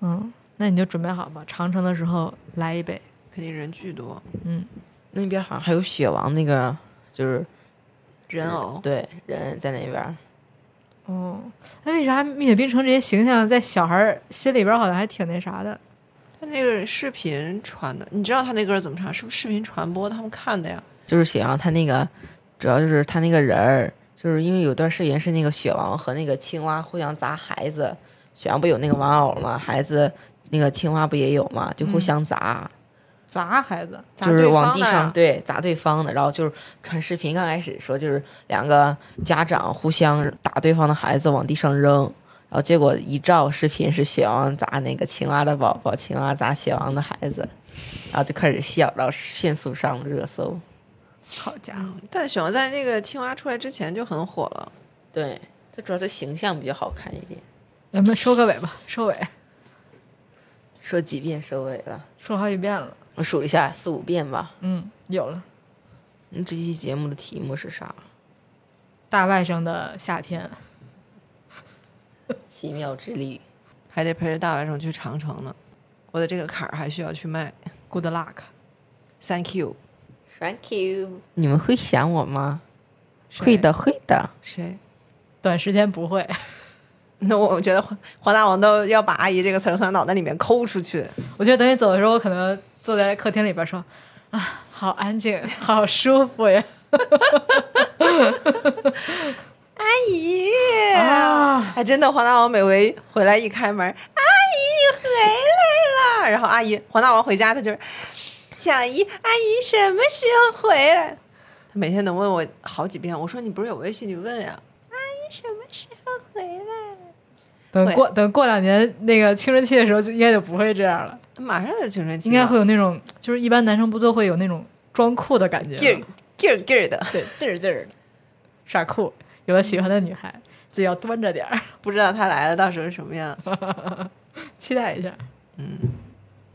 S1: 嗯，那你就准备好吧，长城的时候来一杯。
S3: 肯定人巨多，
S2: 那边好像还有雪王那个，就是
S3: 人偶。
S2: 对人在那边儿，
S1: 哦，哎，为啥蜜雪冰城这些形象在小孩儿心里边儿好像还挺那啥的？
S3: 他那个视频传的，你知道他那歌怎么唱？是不是视频传播他们看的呀？
S2: 就是雪王他那个，主要就是他那个人儿，就是因为有段视频是那个雪王和那个青蛙互相砸孩子，雪王不有那个玩偶吗？孩子那个青蛙不也有吗？就互相砸，
S1: 砸孩子，
S3: 砸
S2: 就是
S3: 对
S2: 往
S3: 方
S2: 地
S3: 的
S2: 上
S3: 呀
S2: 对砸对方的，然后就是传视频刚开始说就是两个家长互相打对方的孩子往地上扔，然后结果一照视频是雪王砸那个青蛙的宝宝，青蛙砸雪王的孩子，然后就开始笑，然后迅速上了热搜。
S1: 好家伙！
S3: 但雪王在那个青蛙出来之前就很火了。
S2: 对，它主要是形象比较好看一点。
S1: 咱们收个尾吧，收尾，
S2: 说几遍收尾了？
S1: 说好几遍了。
S2: 我数一下，四五遍吧。
S1: 嗯，有了。
S2: 嗯，这期节目的题目是啥？
S1: 大外甥的夏天，
S2: 奇妙之旅。
S3: 还得陪着大外甥去长城呢。我的这个坎儿还需要去迈，
S1: Good luck，
S3: Thank you。
S2: Thank you。你们会想我吗？会的，会的。
S3: 谁？
S1: 短时间不会。
S3: 那我觉得黄黄大王都要把“阿姨”这个词儿从他脑袋里面抠出去。
S1: 我觉得等你走的时候，我可能坐在客厅里边说：“啊，好安静，好舒服呀！”
S3: 阿姨，
S1: 啊
S3: 哎，真的，黄大王每回回来一开门，阿姨回来了，然后阿姨黄大王回家，他就是小姨，阿姨什么时候回来？他每天能问我好几遍。我说你不是有微信，你问呀、阿姨什么时候回来？
S1: 等
S3: 会
S1: 过等过两年那个青春期的时候，就应该就不会这样了，
S3: 马上就青春期
S1: 应
S3: 了，
S1: 该会有那种，就是一般男生不都会有那种装酷的感觉吗，
S3: 劲儿劲儿劲儿的。
S1: 对，劲儿劲儿的，耍酷，有了喜欢的女孩，自己要端着点儿，
S3: 不知道他来了到时候什么样。
S1: 期待一下。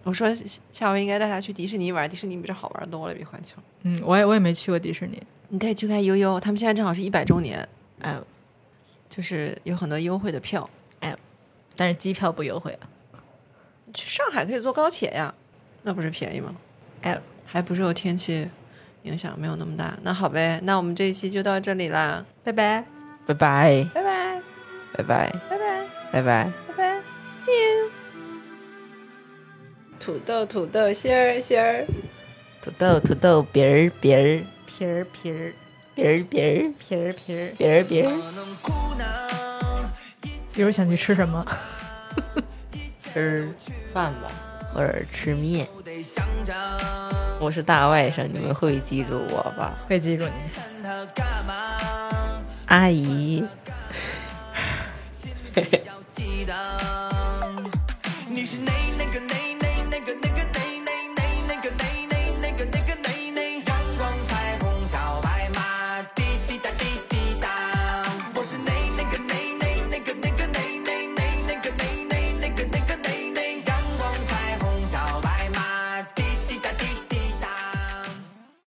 S3: 我说下回应该带他去迪士尼玩，迪士尼比这好玩多了，比环球。
S1: 嗯，我也我也没去过迪士尼，
S3: 你可以去看悠悠，他们现在正好是一百周年，哎，就是有很多优惠的票。
S1: 但是机票不优惠啊。
S3: 去上海可以坐高铁呀，那不是便宜吗？
S1: 哎，
S3: 还不受天气影响没有那么大。那好呗，那我们这一期就到这里啦，
S1: 拜拜。
S2: 拜拜，
S3: 拜拜，拜
S2: 拜拜，
S3: 拜，
S2: 拜拜。
S3: 拜拜，see you。土豆，土豆，心儿，心儿。
S2: 土豆，土豆，别儿，别儿，
S1: 皮儿皮儿
S2: 别儿，别儿，
S1: 皮儿皮儿，
S2: 别儿，别儿。
S1: 一会儿想去吃什么？
S2: 吃饭吧，或者吃面。我是大外甥，你们会记住我吧，
S1: 会记住你。
S2: 阿姨。